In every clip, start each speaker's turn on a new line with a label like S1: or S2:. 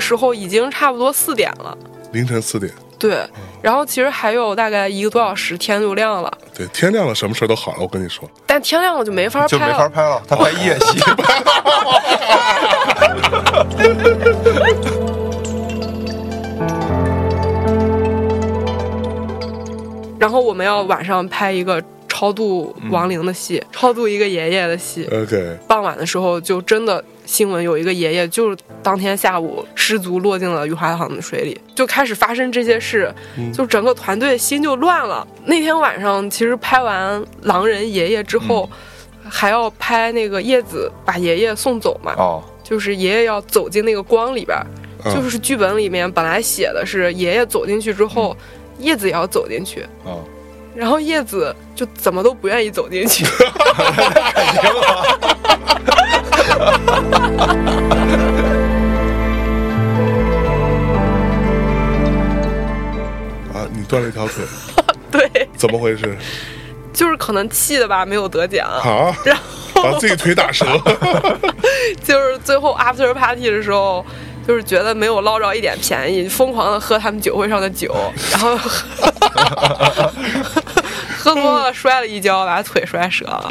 S1: 时候已经差不多四点了，
S2: 凌晨四点，
S1: 对。然后其实还有大概一个多小时天就亮了，
S2: 对，天亮了，什么事儿都好了。我跟你说，
S1: 但天亮了就没法
S3: 就
S1: 拍
S3: 没法
S1: 了。
S3: 拍了，他拍夜戏。
S1: 然后我们要晚上拍一个超度亡灵的戏，
S3: 嗯
S1: 超度一个爷爷的戏。
S2: OK，
S1: 傍晚的时候，就真的新闻有一个爷爷，就是当天下午失足落进了雨花堂的水里，就开始发生这些事，
S3: 嗯
S1: 就整个团队心就乱了。那天晚上，其实拍完狼人爷爷之后，
S3: 嗯
S1: 还要拍那个叶子把爷爷送走嘛，
S3: 哦，
S1: 就是爷爷要走进那个光里边儿，
S2: 嗯
S1: 就是剧本里面本来写的是爷爷走进去之后，
S2: 嗯
S1: 叶子也要走进去，
S2: 啊
S3: 哦，
S1: 然后叶子就怎么都不愿意走进去。
S2: 啊，你断了一条腿，
S1: 对，
S2: 怎么回 事？
S1: 就是可能气的吧，没有得奖，
S2: 啊，
S1: 然
S2: 把自己腿打折，
S1: 就是最后 after party 的时候。就是觉得没有捞着一点便宜，疯狂的喝他们酒会上的 酒，然后 喝多了摔了一跤，把腿摔折了。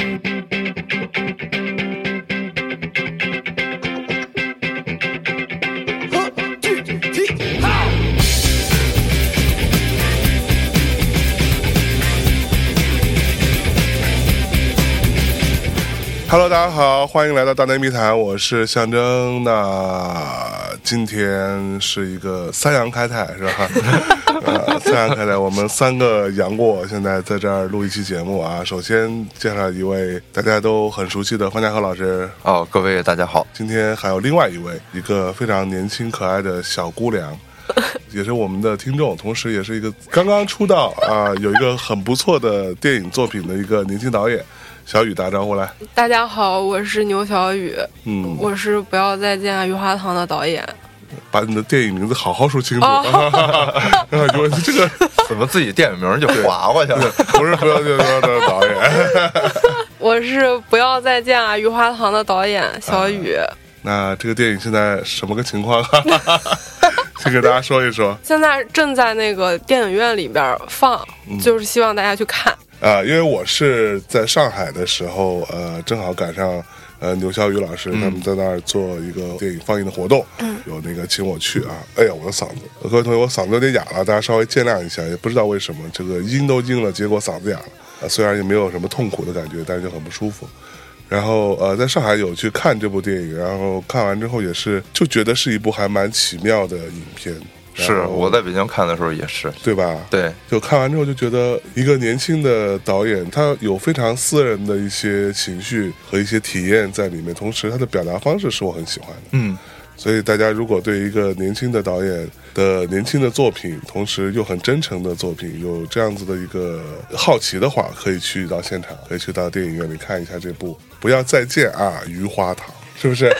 S2: Hello，大家好，欢迎来到大内密谈，我是象征。那今天是一个三羊开泰是吧？呃，三羊开泰，我们三个杨过现在在这儿录一期节目啊。首先介绍一位大家都很熟悉的方家和老师，
S3: 哦，各位大家好，
S2: 今天还有另外一位，一个非常年轻可爱的小姑娘，也是我们的听众，同时也是一个刚刚出道啊、有一个很不错的电影作品的一个年轻导演。小雨打招呼来，
S1: 大家好，我是牛小雨，
S2: 嗯，
S1: 我是《不要再见雨花堂》的导演。
S2: 把你的电影名字好好说清楚。
S1: 哦
S2: 啊，我这个
S3: 怎么自己电影名就划过去了？
S2: 不是不要就说的导演。
S1: 我是《不要再见啊，雨花堂》的导演小雨。
S2: 那这个电影现在什么个情况啊？先给大家说一说
S1: 现在正在那个电影院里边放，就是希望大家去看。
S2: 啊、因为我是在上海的时候，呃，正好赶上。呃，牛小雨老
S3: 嗯
S2: 师他们在那儿做一个电影放映的活动，有那个请我去啊。哎呀，我的嗓子，各位同学，我嗓子有点哑了，大家稍微见谅一下。也不知道为什么，这个音都硬了，结果嗓子哑了、啊虽然也没有什么痛苦的感觉，但是就很不舒服。然后呃，在上海有去看这部电影，然后看完之后也是就觉得是一部还蛮奇妙的影片。
S3: 是
S2: 然后
S3: 我在北京看的时候也是，
S2: 对吧？
S3: 嗯 对，
S2: 就看完之后就觉得，一个年轻的导演，他有非常私人的一些情绪和一些体验在里面，同时他的表达方式是我很喜欢的。
S3: 嗯，
S2: 所以大家如果对一个年轻的导演的年轻的作品，同时又很真诚的作品，有这样子的一个好奇的话，可以去到现场，可以去到电影院里看一下这部《不要再见啊，余花堂》，是不是？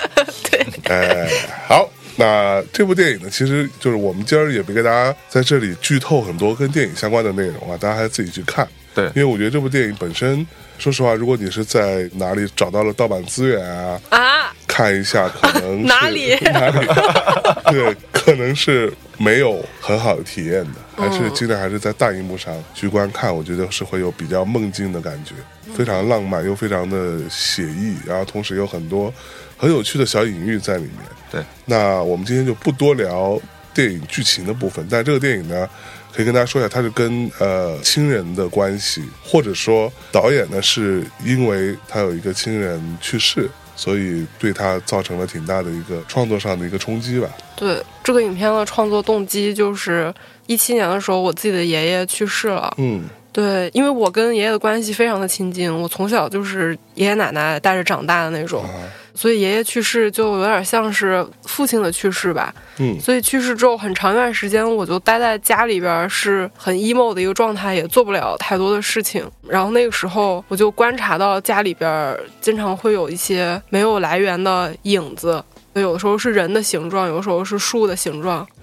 S1: 对，
S2: 哎，好，那这部电影呢，其实就是我们今儿也没给大家在这里剧透很多跟电影相关的内容啊，大家还自己去看。
S3: 对
S2: 因为我觉得这部电影本身，说实话，如果你是在哪里找到了盗版资源啊，
S1: 啊，
S2: 看 一下，可能是
S1: 哪里
S2: 哪里， 对，可能是没有很好的体验的，
S1: 嗯
S2: 还是尽量还是在大荧幕上去观看，我觉得是会有比较梦境的感觉，
S1: 嗯
S2: 非常浪漫又非常的写意，然后同时有很多很有趣的小隐喻在里面。
S3: 对，
S2: 那我们今天就不多聊电影剧情的部分，但这个电影呢，可以跟大家说一下，它是跟呃亲人的关系，或者说导演呢是因为他有一个亲人去世，所以对他造成了挺大的一个创作上的一个冲击吧。
S1: 对，这个影片的创作动机就是一七年的时候，我自己的爷爷去世了。
S2: 嗯
S1: 对，因为我跟爷爷的关系非常的亲近，我从小就是爷爷奶奶带着长大的那种，
S2: 啊
S1: 所以爷爷去世就有点像是父亲的去世吧。
S2: 嗯
S1: 所以去世之后很长一段时间，我就待在家里边儿，是很 emo 的一个状态，也做不了太多的事情。然后那个时候，我就观察到家里边儿经常会有一些没有来源的影子。有的时候是人的形状，有的时候是树的形状，就是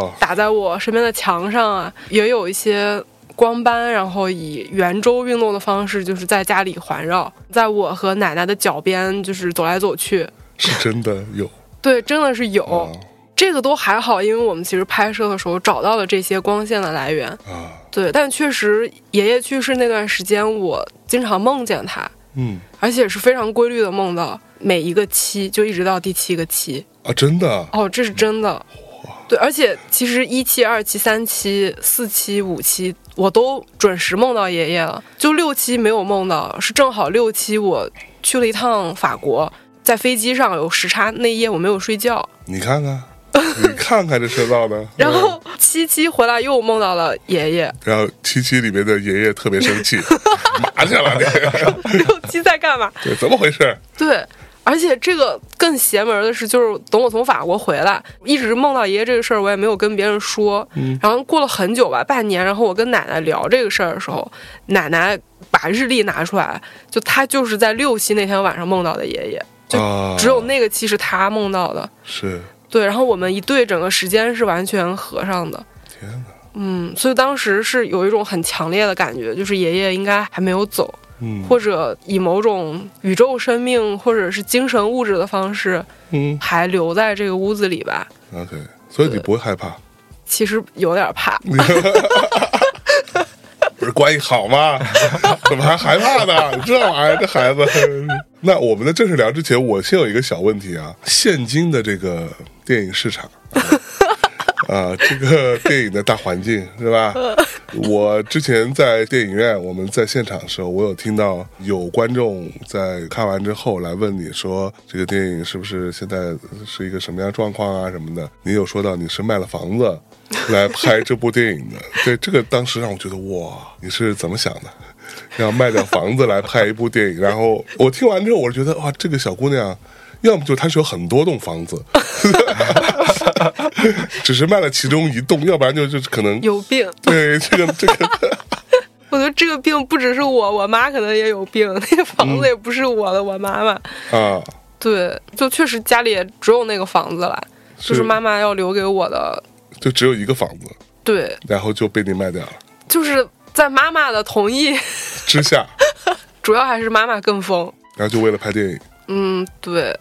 S2: 哇，
S1: 打在我身边的墙上啊，也有一些光斑，然后以圆周运动的方式，就是在家里环绕，在我和奶奶的脚边，就是走来走去。
S2: 是真的有
S1: 对，真的是有。
S2: 啊，
S1: 这个都还好，因为我们其实拍摄的时候找到了这些光线的来源。
S2: 啊，
S1: 对，但确实爷爷去世那段时间，我经常梦见他，
S2: 嗯
S1: 而且是非常规律的梦到每一个期，就一直到第七个期。
S2: 啊，真的
S1: 哦，这是真的。对，而且其实一期、二期、三期、四期、五期，我都准时梦到爷爷了。就六期没有梦到，是正好六期我去了一趟法国，在飞机上有时差，那一夜我没有睡觉。
S2: 你看 看，你看看这车道呢。
S1: 然
S2: 嗯，
S1: 后七期回来又梦到了爷爷，
S2: 然后七七里面的爷爷特别生气，麻 去了你，
S1: 六期在干嘛？
S2: 这怎么回事？
S1: 对，而且这个更邪门的是，就是等我从法国回来，一直梦到爷爷这个事儿，我也没有跟别人说。然后过了很久吧，半年，然后我跟奶奶聊这个事儿的时候，奶奶把日历拿出来，就她就是在六夕那天晚上梦到的爷爷，就
S2: 啊，
S1: 只有那个期是她梦到的。
S2: 是
S1: 对，然后我们一对，整个时间是完全合上的。
S2: 天哪，
S1: 嗯，所以当时是有一种很强烈的感觉，就是爷爷应该还没有走。
S2: 嗯
S1: 或者以某种宇宙生命或者是精神物质的方式
S2: 嗯
S1: 还留在这个屋子里吧。
S2: ，OK，所以你不会害怕，
S1: 其实有点怕，
S2: 不是关系好吗？ 怎么还害怕呢？你这玩意儿，这孩子。那我们在正式聊之前，我先有一个小问题啊，现今的这个电影市场。啊，这个电影的大环境是吧？我之前在电影院，我们在现场的时候，我有听到有观众在看完之后来问你说，这个电影是不是现在是一个什么样的状况啊什么的？你有说到你是卖了房子来拍这部电影的，对这个当时让我觉得哇，你是怎么想的？要卖掉房子来拍一部电影，然后我听完之后，我就觉得哇，这个小姑娘，要么就她是有很多栋房子， 只是卖了其中一栋，要不然就就是可能
S1: 有病。
S2: 对这个这个，
S1: 我觉得这个病不只是我，我妈可能也有病。那个房子也不是我的，我妈妈。
S2: 啊，
S1: 对，就确实家里也只有那个房子了，就是妈妈要留给我的。
S2: 就只有一个房子，
S1: 对，
S2: 然后就被你卖掉了。
S1: 就是在妈妈的同意，
S2: 之下，
S1: 主要还是妈妈更疯。
S2: 然后就为了拍电影，
S1: 嗯，对。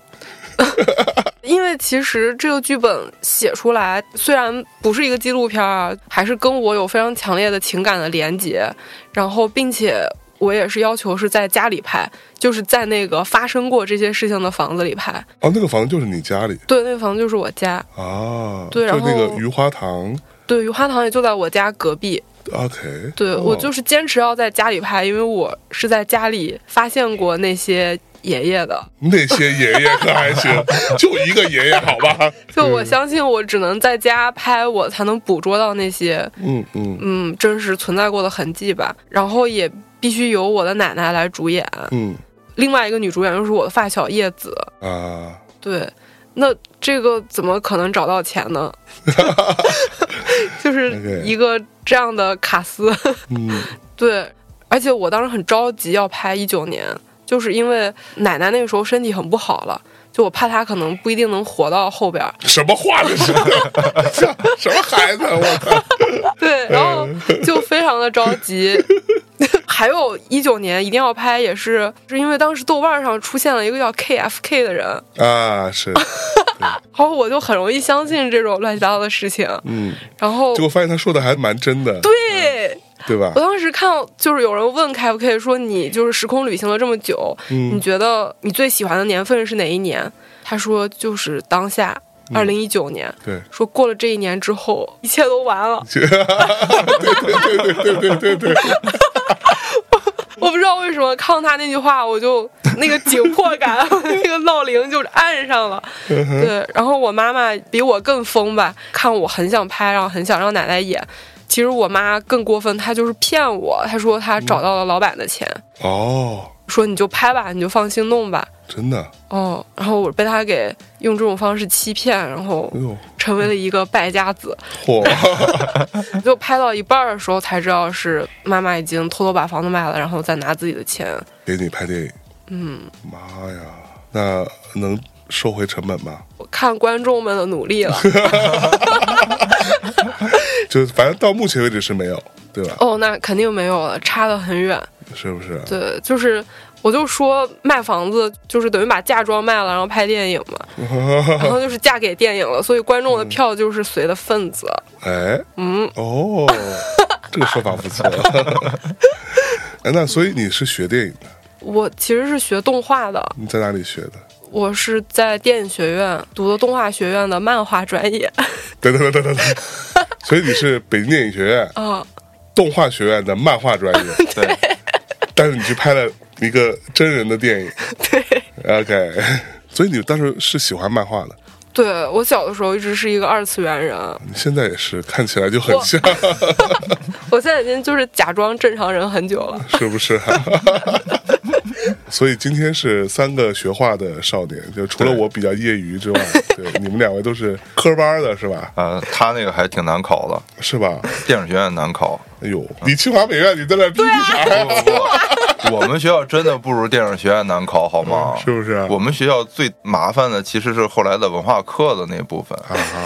S1: 因为其实这个剧本写出来，虽然不是一个纪录片啊，还是跟我有非常强烈的情感的连结，然后并且我也是要求是在家里拍，就是在那个发生过这些事情的房子里拍。
S2: 哦，那个房子就是你家里
S1: 对，那个房子就是我家，
S2: 啊，
S1: 对
S2: 就
S1: 然后
S2: 那个雨花堂
S1: 对，雨花堂也就在我家隔壁。
S2: ，OK，
S1: 对、
S2: 哦
S1: 我就是坚持要在家里拍，因为我是在家里发现过那些爷爷的，
S2: 那些爷爷可还行，就一个爷爷，好吧？
S1: 就我相信我只能在家拍，我才能捕捉到那些
S2: 嗯嗯
S1: 嗯真实存在过的痕迹吧。然后也必须由我的奶奶来主演，
S2: 嗯
S1: 另外一个女主演就是我的发小叶子。
S2: 啊，
S1: 对，那这个怎么可能找到钱呢？就是一个这样的卡斯，
S2: 嗯
S1: 对。而且我当时很着急要拍一九年，就是因为奶奶那个时候身体很不好了，就我怕她可能不一定能活到后边儿。
S2: 什么话这是？ 什么孩子？啊我靠！
S1: 对，然后 就非常的着急。 还有一九年一定要拍，也是是因为当时豆瓣上出现了一个叫 KFK 的人，
S2: 啊，是，
S1: 然后我就很容易相信这种乱七八糟的事情。
S2: 嗯，
S1: 然后
S2: 结果发现他说的还蛮真的，
S1: 对呃
S2: 对吧
S1: 我？当时看到就是有人问 KFK 说你就是时空旅行了这么久，你
S2: 嗯
S1: 觉得你最喜欢的年份是哪一年？他说就是当下二零一九年。
S2: 对。
S1: 说过了这一年之后，一切都完了。
S2: 对对对对对对对，
S1: 我不知道为什么看到他那句话，我就那个紧迫感， 那个闹铃就按上了。
S2: 嗯
S1: 对，然后我妈妈比我更疯吧，看我很想拍，然后很想让奶奶演。其实我妈更过分，她就是骗我，她说她找到了老板的钱，
S2: 哦，
S1: 说你就拍吧，你就放心弄吧。
S2: 真的，
S1: 哦，然后我被她给用这种方式欺骗，然后
S2: 哎呦，
S1: 成为了一个败家子。
S2: 嚯，
S1: 就拍到一半儿的时候才知道是妈妈已经偷偷把房子卖了，然后再拿自己的钱。
S2: 给你拍电影，嗯，妈呀，那能收回成本吗？
S1: 我看观众们的努力了。
S2: 就反正到目前为止是没有，对吧？
S1: 哦，那肯定没有了，差得很远。
S2: 是不是？
S1: 对，就是我就说卖房子就是等于把嫁妆卖了，然后拍电影嘛，然后就是嫁给电影了，所以观众的票就是随的份子。
S2: 哎，
S1: 嗯，
S2: 哦，这个说法不错。 哎，那所以你是学电影的？
S1: 我其实是学动画的，
S2: 你在哪里学的？
S1: 我是在电影学院读的动画学院的漫画专业
S2: 等等等等等等，所以你是北京电影学院
S1: 啊。
S2: 动画学院的漫画专业，
S3: 对，
S2: 但是你去拍了一个真人的电影。对，OK，所以你当时是喜欢漫画的，
S1: 对我小的时候一直是一个二次元人，
S2: 你现在也是看起来就很
S1: 我
S2: 像，
S1: 我现在已经就是假装正常人很久了。
S3: 嗯
S2: 是不是？所以今天是三个学画的少年，就除了
S3: 对
S2: 我比较业余之外，对你们两位都是科班的，是吧？
S3: 啊，他那个还挺难考的，
S2: 是吧？
S3: 电影学院难考。
S2: 哎呦，你清华美院，你在那儿逼逼啥
S3: 哎
S2: 呀？
S3: 我我们学校真的不如电影学院难考，好吗？
S2: 是不是啊
S3: 我们学校最麻烦的其实是后来的文化课的那部分，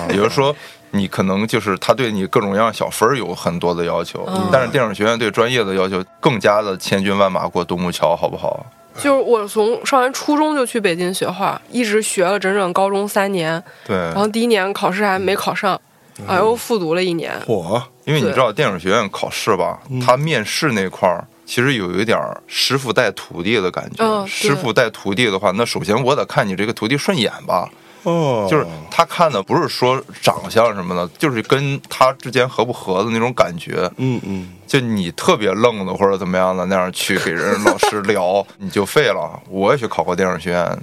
S3: 也就是说。你可能就是他对你各种各样小分儿有很多的要求，但是电影学院对专业的要求更加的千军万马过独木桥，好不好？
S1: 就是我从上完初中就去北京学画，一直学了整整高中三年，
S3: 对，
S1: 然后第一年考试还没考上，
S3: 嗯
S1: 啊，又复读了一年。
S2: 我
S3: 因为你知道电影学院考试吧，他面试那块儿其实有一点儿师傅带徒弟的感觉。
S1: 嗯对
S3: 师傅带徒弟的话，那首先我得看你这个徒弟顺眼吧，
S2: 哦，
S3: 就是他看的不是说长相什么的，就是跟他之间合不合的那种感觉。
S2: 嗯嗯，
S3: 就你特别愣的或者怎么样的那样去给人老师聊，你就废了。我也去考过电影学院，
S2: 啊，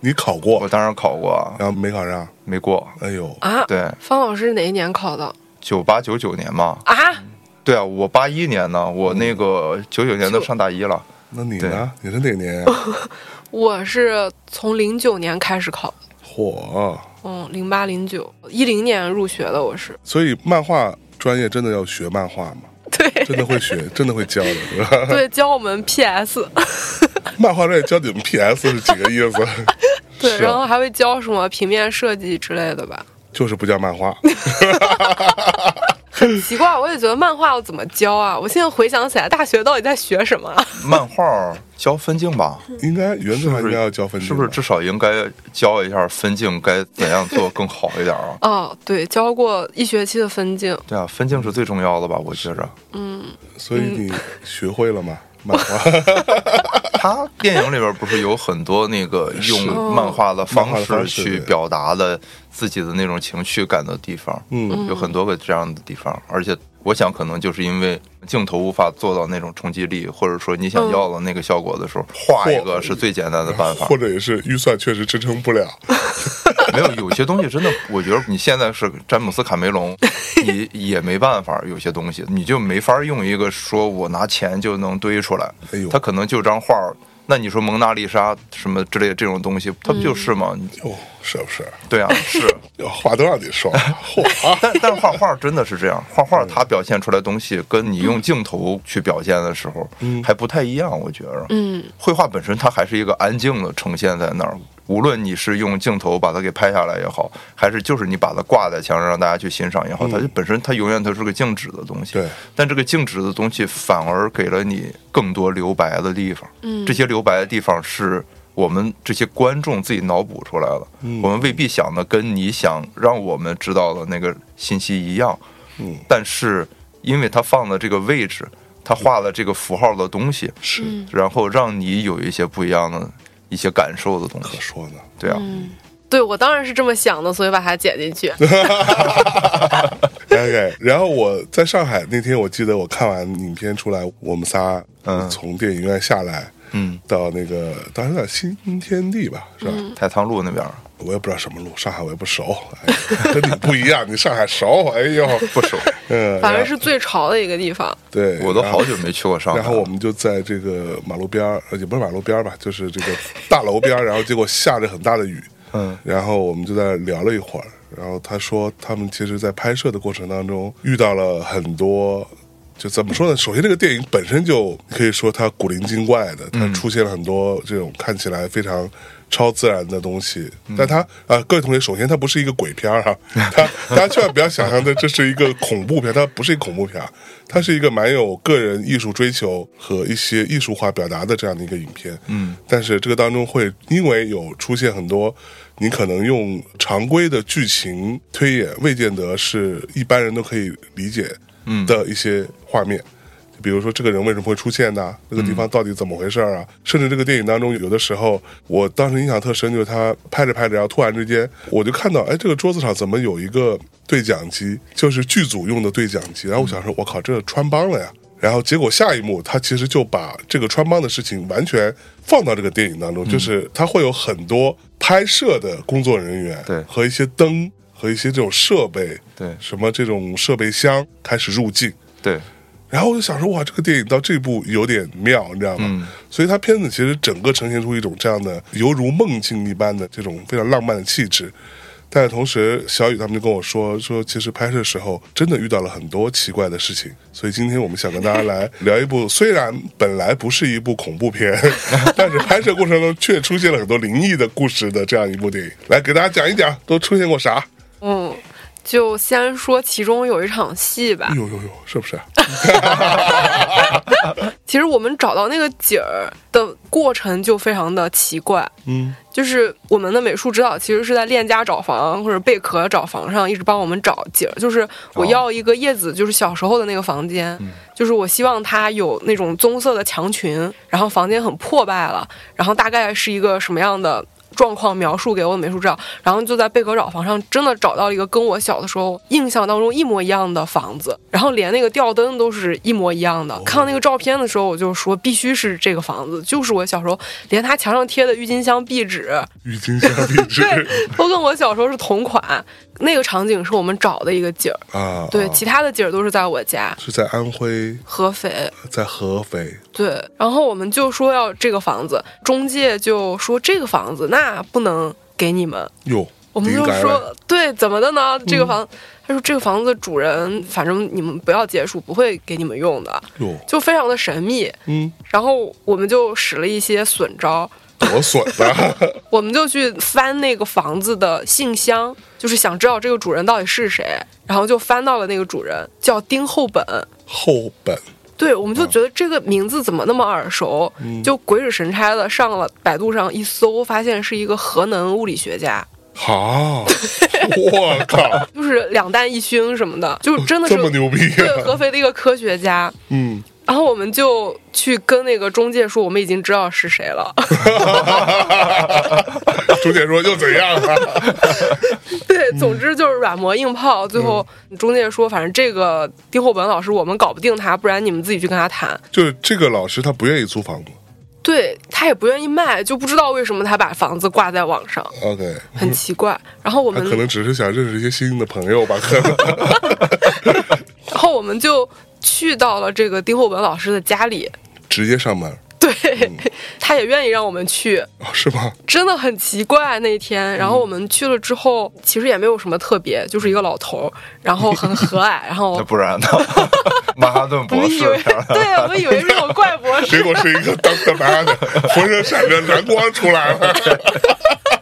S2: 你考
S3: 我
S2: 过，
S3: 当然考过，
S2: 然后没考上，
S3: 没过。
S2: 哎呦，
S1: 啊，
S3: 对，
S1: 方老师哪一年考的
S3: 九八九九年嘛，
S1: 啊？
S3: 对啊，我八一年呢，我那个九九年都上大一了。
S2: 那你
S3: 对
S2: 呢？你是哪年呀？
S1: 我是从零九年开始考的，
S2: 火，
S1: 嗯，零八零九一零年入学的，我是
S2: 所以漫画专业真的要学漫画吗？
S1: 对
S2: 真的会学，真的会教的，是吧？
S1: 对，教我们 PS，
S2: 漫画专业教你们 PS 是几个意思？
S1: 对，
S3: 是啊
S1: 然后还会教什么平面设计之类的吧。
S2: 就是不叫漫画，
S1: 奇怪，我也觉得漫画要怎么教啊？我现在回想起来，大学到底在学什么啊？？
S3: 漫画儿教分镜吧，
S2: 应该原则上应该要教分
S3: 是不是？
S2: 这
S3: 至少应该教一下分镜该怎样做更好一点 啊
S1: 哦，对，教过一学期的分镜，
S3: 对啊，分镜是最重要的吧？我觉 着。
S2: 所以你学会了吗？
S3: 嗯
S2: 漫画
S3: 他电影里边不是有很多那个用漫画的
S2: 漫画
S3: 方
S2: 的
S3: 式
S2: 方式
S3: 去
S2: 对
S3: 表达的自己的那种情绪感的地方，
S2: 嗯，
S3: 有很多个这样的地方，而且我想可能就是因为镜头无法做到那种冲击力，或者说你想要的那个效果的时候，画一个是最简单的办法
S2: 或。者也是预算确实支撑不了，
S3: 没有有些东西真的，我觉得你现在是詹姆斯卡梅隆， 你也没办法，有些东西你就没法用一个说我拿钱就能堆出来
S2: 哎呦，
S3: 他可能就张画儿。那你说蒙娜丽莎什么之类的这种东西，它不就是吗？
S2: 哦，是不是？
S3: 对啊，是，
S2: 要话都让你 说，嚯啊！
S3: 但但画画真的是这样，画画它表现出来的东西跟你用镜头去表现的时候还不太一样，我觉着。
S1: 嗯，
S3: 绘画本身它还是一个安静的呈现在那儿，无论你是用镜头把它给拍下来也好，还是就是你把它挂在墙上让大家去欣赏也好，它就本身它永远它是个静止的东西。
S2: 对，
S3: 但这个静止的东西反而给了你更多留白的地方。嗯，这些留白的地方是。我们这些观众自己脑补出来的，
S2: 嗯
S3: 我们未必想的跟你想让我们知道的那个信息一样，
S2: 嗯，
S3: 但是因为它放的这个位置，它画了这个符号的东西，
S2: 是
S3: 然后让你有一些不一样的一些感受的东
S2: 可
S3: 西。
S2: 说呢，
S3: 对啊，
S1: 对我当然是这么想的，所以把它剪进去。
S2: OK，然后我在上海那天，我记得我看完影片出来，我们仨
S3: 嗯
S2: 从电影院下来，
S3: 嗯，
S2: 到那个当时在新天地吧，是吧？
S3: 太仓路那边儿
S2: 我也不知道什么路，上海我也不熟，哎、 跟你不一样，你上海熟，哎呦，
S3: 不熟，
S2: 嗯，
S1: 反正
S2: 然后
S1: 是最潮的一个地方，
S2: 对，
S3: 我都
S2: 然后
S3: 好久没去过上海
S2: 然
S3: 了。
S2: 后我们就在这个马路边儿，呃也不是马路边儿吧，就是这个大楼边儿，然后结果下着很大的雨，
S3: 嗯，
S2: 然后我们就在那儿聊了一会儿，然后他说他们其实在拍摄的过程当中遇到了很多。就怎么说呢？首先，这个电影本身就可以说它古灵精怪的，它出现了很多这种看起来非常超自然的东西。但它啊、各位同学，首先它不是一个鬼片儿、哈，啊 它大家千万不要想象的这是一个恐怖片，它不是一个恐怖片，它是一个蛮有个人艺术追求和一些艺术化表达的这样的一个影片。
S3: 嗯，
S2: 但是这个当中会因为有出现很多你可能用常规的剧情推演未见得是一般人都可以理解的一些画面。比如说这个人为什么会出现呢、这个地方到底怎么回事儿啊？甚至这个电影当中，有的时候我当时印象特深，就是他拍着拍着，然后突然之间我就看到，哎，这个桌子上怎么有一个对讲机，就是剧组用的对讲机？然后我想说，我靠，这穿帮了呀！然后结果下一幕，他其实就把这个穿帮的事情完全放到这个电影当中，就是他会有很多拍摄的工作人员，
S3: 对
S2: 和一些灯和一些这种设备，
S3: 对
S2: 什么这种设备箱开始入境。
S3: 对，
S2: 然后我就想说，哇，这个电影到这部有点妙，你知道吗？
S3: 嗯
S2: 所以它片子其实整个呈现出一种这样的犹如梦境一般的这种非常浪漫的气质。但是同时，小雨他们就跟我说，说其实拍摄时候真的遇到了很多奇怪的事情，所以今天我们想跟大家来聊一部，虽然本来不是一部恐怖片，但是拍摄过程中却出现了很多灵异的故事的这样一部电影，来给大家讲一讲都出现过啥？
S1: 嗯，就先说其中有一场戏吧
S2: 哎。呦呦呦，是不是？
S1: 其实我们找到那个景儿的过程就非常的奇怪，
S2: 嗯
S1: 就是我们的美术指导其实是在链家找房或者贝壳找房上一直帮我们找景儿，就是我
S3: 哦
S1: 要一个叶子，就是小时候的那个房间，就是我希望它有那种棕色的墙裙，然后房间很破败了，然后大概是一个什么样的。状况描述给我的美术指导，然后就在贝壳找房上真的找到了一个跟我小的时候印象当中一模一样的房子，然后连那个吊灯都是一模一样的。看到那个照片的时候，我就说必须是这个房子，就是我小时候，连它墙上贴的郁金香壁纸，
S2: 郁金香壁纸
S1: 都跟我小时候是同款。那个场景是我们找的一个景儿，
S2: 啊，
S1: 对，
S2: 啊
S1: 其他的景儿都是在我家
S2: 是在安徽，
S1: 合肥。
S2: 在合肥。
S1: 对，然后我们就说要这个房子，中介就说这个房子那不能给你们。
S2: 哟，
S1: 我们就
S2: 灵感了
S1: 说对，怎么的呢？这
S2: 嗯
S1: 个房，他说这个房子主人反正你们不要接触，不会给你们用的，
S2: 哟，
S1: 就非常的神秘。
S2: 嗯，
S1: 然后我们就使了一些损招，
S2: 多损呐！
S1: 我们就去翻那个房子的信箱，就是想知道这个主人到底是谁，然后就翻到了那个主人叫丁厚本。
S2: 后本
S1: 对，我们
S2: 哦
S1: 就觉得这个名字怎么那么耳熟，
S2: 嗯
S1: 就鬼使神差的上了百度上一搜，发现是一个核能物理学家，
S2: 好，我靠，
S1: 就是两弹一星什么的，就是真的是
S2: 哦这么牛逼
S1: 对
S2: 啊！
S1: 合肥的一个科学家。
S2: 嗯，
S1: 然后我们就去跟那个中介说，我们已经知道是谁了。
S2: 朱姐说又怎样啊？
S1: 对，总之就是软磨硬泡，最后
S2: 嗯
S1: 中介说，反正这个丁厚本老师我们搞不定他，不然你们自己去跟他谈。
S2: 就是这个老师他不愿意租房子
S1: 对他也不愿意卖，就不知道为什么他把房子挂在网上，
S2: ，OK，
S1: 很奇怪。然后我
S2: 他
S1: 们，
S2: 可能只是想认识一些新的朋 友吧，可能。
S1: 然后我们就去到了这个丁厚本老师的家里，
S2: 直接上门
S1: 对，
S2: 嗯
S1: 他也愿意让我们去，
S2: 哦，是吗？
S1: 真的很奇怪那一天。然后我们去了之后，其实也没有什么特别，就是一个老头儿，然后很和蔼，然后
S3: 那不 然呢？曼哈顿
S1: 我
S3: 博
S1: 们
S3: 士
S1: 以为， 对，我们以为是那种怪博士，
S2: 结果是一个 当当当的，浑身闪着蓝光出来了。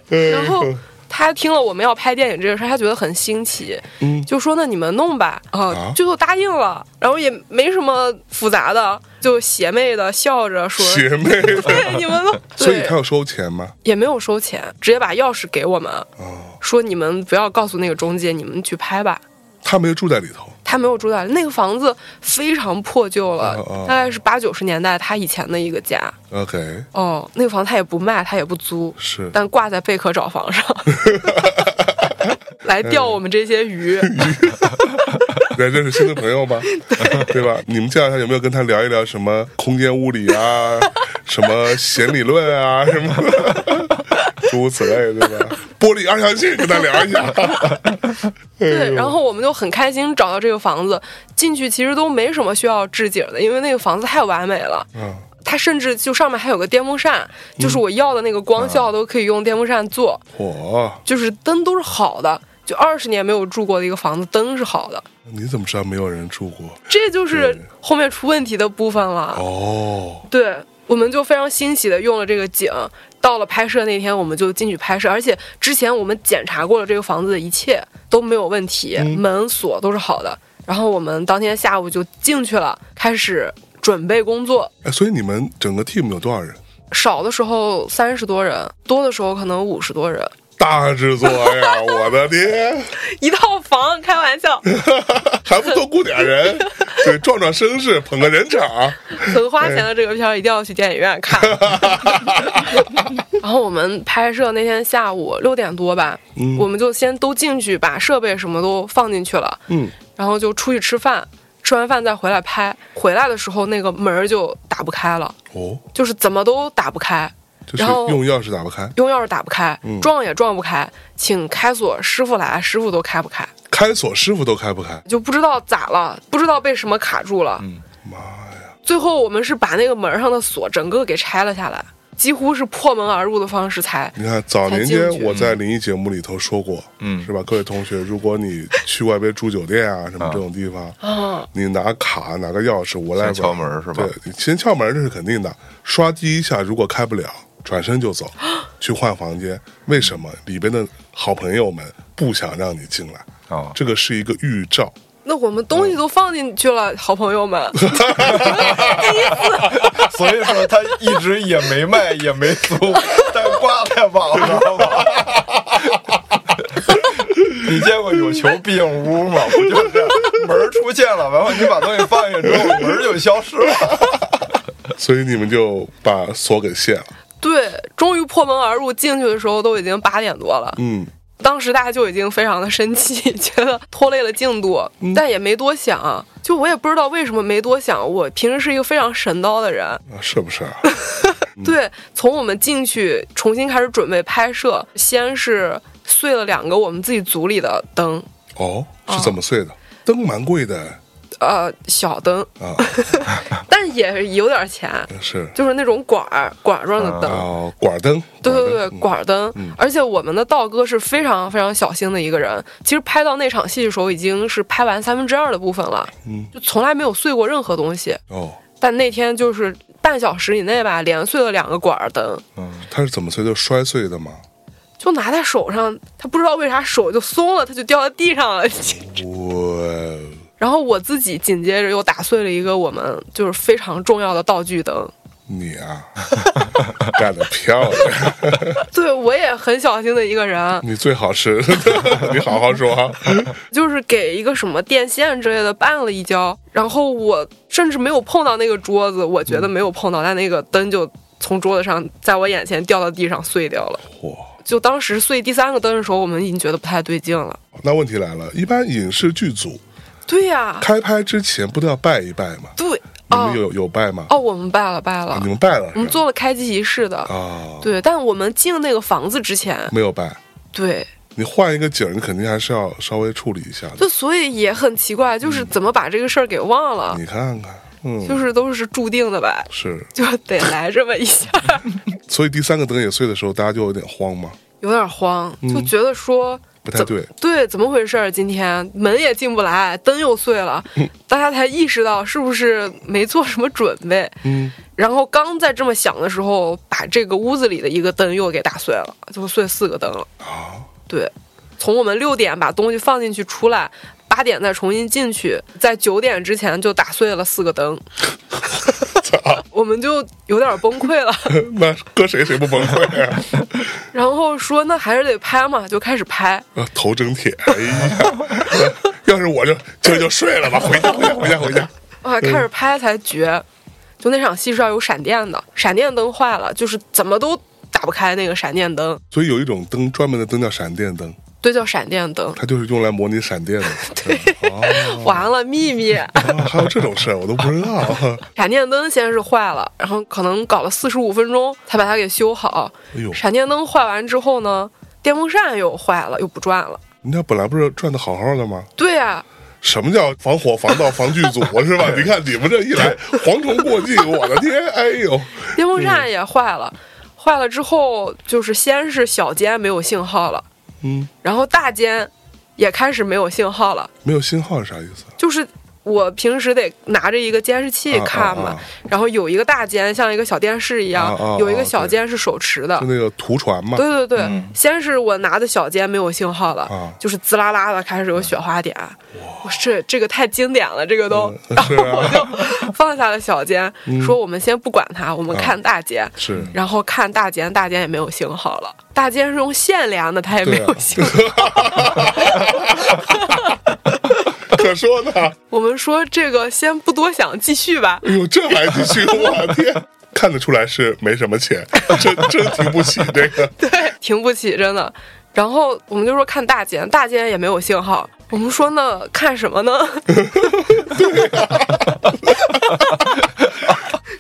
S1: 然后 他听了我们要拍电影这个事儿，他觉得很新奇，
S2: 嗯
S1: 就说那你们弄吧，啊，
S2: 啊
S1: 最后答应了，然后也没什么复杂的，就邪魅的笑着说，
S2: 邪魅 的，
S1: 对，你们弄，
S2: 所以
S1: 对
S2: 他要收钱吗？
S1: 也没有收钱，直接把钥匙给我们，
S2: 哦，
S1: 说你们不要告诉那个中介，你们去拍吧。
S2: 他没有住在里头。
S1: 他没有住在那个房子，非常破旧了，
S2: 哦哦
S1: 大概是八九十年代他以前的一个家。
S2: OK，
S1: 哦，那个房他也不卖，他也不租，
S2: 是
S1: 但挂在贝壳找房上，来钓我们这些鱼。
S2: 哎来认识新的朋友吧， 对吧？你们这两天有没有跟他聊一聊什么空间物理啊， 什么弦理论啊，什么 诸如此类，对吧？玻璃二象性跟他聊一下，
S1: 对，然后我们就很开心找到这个房子，进去其实都没什么需要置景的，因为那个房子太完美了。
S2: 嗯，
S1: 它甚至就上面还有个电风扇，就是我要的那个光
S2: 嗯
S1: 效都可以用电风扇做，
S2: 哎我
S1: 就是灯都是好的，就二十年没有住过的一个房子，灯是好的，
S2: 你怎么知道没有人住过？
S1: 这就是
S2: 对
S1: 后面出问题的部分了。
S2: 哦，
S1: 对，我们就非常欣喜的用了这个景。到了拍摄那天，我们就进去拍摄，而且之前我们检查过了这个房子的一切都没有问题，门锁都是好的。然后我们当天下午就进去了，开始准备工作。
S2: 哎，所以你们整个 team 有多少人？
S1: 少的时候三十多人，多的时候可能五十多人。
S2: 大制作呀！我的天，
S1: 一套房，开玩笑，
S2: 还不多雇点人，对，壮壮声势，捧个人场。
S1: 很花钱的这个片儿一定要去电影院 看。然后我们拍摄那天下午六点多吧，
S2: 嗯
S1: 我们就先都进去把设备什么都放进去了，
S2: 嗯，
S1: 然后就出去吃饭，吃完饭再回来拍。回来的时候那个门儿就打不开了，
S2: 哦，
S1: 就是怎么都打不开，
S2: 就是
S1: 然后
S2: 用钥匙打不开，
S1: 用钥匙打不开
S2: 嗯，
S1: 撞也撞不开，请开锁师傅来，师傅都开不开，
S2: 开锁师傅都开不开。
S1: 就不知道咋了，不知道被什么卡住了。
S2: 妈呀！
S1: 最后我们是把那个门上的锁整个给拆了下来，几乎是破门而入的方式才。
S2: 你看，早年
S1: 才
S2: 间
S1: 进去
S2: 我在灵异节目里头说过，
S3: 嗯
S2: 是吧？各位同学，如果你去外边住酒店啊，什么
S3: 啊
S2: 这种地方，
S1: 啊，
S2: 你拿卡拿个钥匙，我来
S3: 先敲门是吧
S2: 对，你先敲门这是肯定的。刷第一下如果开不了，转身就走，去换房间。为什么？里边的好朋友们不想让你进来，
S3: 啊，
S2: 这个是一个预兆。
S1: 那我们东西都放进去了，好朋友 们，
S3: 所 以说他一直也没卖，也没租，但挂在网上 了。你见过有求必应屋吗？不就是这样门儿出现了，完后你把东西放进去之后，门儿就消失了。
S2: 所以你们就把锁给卸了。
S1: 对，终于破门而入。进去的时候都已经八点多了，
S2: 嗯，
S1: 当时大家就已经非常的生气， 觉得拖累了进度，但也没多想。就我也不知道为什么没多想，我平时是一个非常神叨的人，
S2: 啊是不是啊？
S1: 对，从我们进去重新开始准备拍摄，先是碎了两个我们自己组里的灯，
S2: 哦，是怎么碎的？灯蛮贵的
S1: 呃，小灯，
S2: 啊，
S1: 但也有点钱，
S2: 是
S1: 就是那种管儿管儿状的灯。
S2: 啊，管灯。
S1: 对对对
S2: 管，灯
S1: 管儿灯，嗯而且我们的道哥是非常非常小心的一个人。其实拍到那场戏的时候，已经是拍完三分之二的部分了，
S2: 嗯
S1: 就从来没有碎过任何东西。
S2: 哦，
S1: 但那天就是半小时以内吧，连碎了两个管儿灯，
S2: 它是怎么碎？就摔碎的吗？
S1: 就拿在手上，他不知道为啥手就松了，他就掉在地上了。
S2: 我
S1: 然后我自己紧接着又打碎了一个我们就是非常重要的道具灯，
S2: 你啊， 干得漂亮！
S1: 对我也很小心的一个人，啊
S2: 你最好是， 你好好说啊。
S1: 就是给一个什么电线之类的绊了一跤，然后我甚至没有碰到那个桌子，我觉得没有碰到，但那个灯就从桌子上在我眼前掉到地上碎掉了。
S2: 哇，
S1: 就当时碎第三个灯的时候，我们已经觉得不太对劲了。
S2: 那问题来了，一般影视剧组
S1: 对呀、
S2: 开拍之前不都要拜一拜吗？
S1: 对，
S2: 你们
S1: 哦
S2: 有有拜吗？啊
S1: 哦，我们拜了拜了，
S2: 你们拜了是吧？
S1: 我们做了开机仪式的。
S2: 啊，
S1: 对，但我们进那个房子之前，
S2: 没有拜。
S1: 对，
S2: 你换一个景儿，你肯定还是要稍微处理一下的。
S1: 就所以也很奇怪，就是怎么把这个事儿给忘了，
S2: 你看看，
S1: 就
S2: 嗯，
S1: 是都是注定的呗，
S2: 是。
S1: 就得来这么一下，
S2: 所以第三个灯也碎的时候，大家就有点慌嘛，
S1: 有点慌，就觉得说。
S2: 不太对。
S1: 对，怎么回事儿？今天门也进不来，灯又碎了，大家才意识到是不是没做什么准备。
S2: 嗯，
S1: 然后刚在这么想的时候，把这个屋子里的一个灯又给打碎了，就碎四个灯了。
S2: 啊，
S1: 对，从我们六点把东西放进去出来，八点再重新进去，在九点之前就打碎了四个灯， 我们就有点崩溃了。
S2: 那搁谁谁不崩溃啊？
S1: 然后说那还是得拍嘛，就开始拍。
S2: 啊，头整铁，哎呀，要是我就今儿就睡了吧，回家回家回家回家。
S1: 啊，开始拍才绝，就那场戏是要有闪电的，闪电灯坏了，就是怎么都打不开那个闪电灯。
S2: 所以有一种灯，专门的灯叫闪电灯，
S1: 对，叫闪电灯。
S2: 它就是用来模拟闪 电的。对，哦，
S1: 完了，秘 密
S2: 啊还有这种事儿，我都不知道。
S1: 闪电灯先是坏了，然后可能搞了四十五分钟才把它给修好。
S2: 哎呦，
S1: 闪电灯坏完之后呢，电风扇又坏了，又不转了。
S2: 人家本来不是转的好好的吗？
S1: 对呀、
S2: 什么叫防火、防盗、防剧组啊是吧？你看你们这一 来，蝗虫过境，我的天，哎呦，
S1: 电风扇也坏了，坏了之后就是先是小间没有信号了，
S2: 嗯，
S1: 然后大间也开始没有信号了，
S2: 没有信号是啥意思？
S1: 就是。我平时得拿着一个监视器
S2: 啊啊
S1: 看嘛，
S2: 啊
S1: 然后有一个大间像一个小电视一样，
S2: 啊啊啊
S1: 有一个小间是手持的。
S2: 就那个图传嘛，
S1: 对对对，
S3: 嗯
S1: 先是我拿的小间没有信号了，
S2: 啊
S1: 就是滋啦啦的开始有雪花点，我这这个太经典了，这个都，然后
S2: 是啊
S1: 我 就放下了小间，说我们先不管它，我们看大间，
S2: 嗯啊是
S1: 然后看大间，大间也没有信号了，大间是用线连的，它也没
S2: 对啊
S1: 有信号。
S2: 可说呢，
S1: 我们说这个先不多想，继续吧。
S2: 哎呦，这还继续，我天，看得出来是没什么钱， 真真提不起这个，
S1: 对， 停不起，真的。然后我们就说看大间，大间也没有信号。我们说那看什么呢？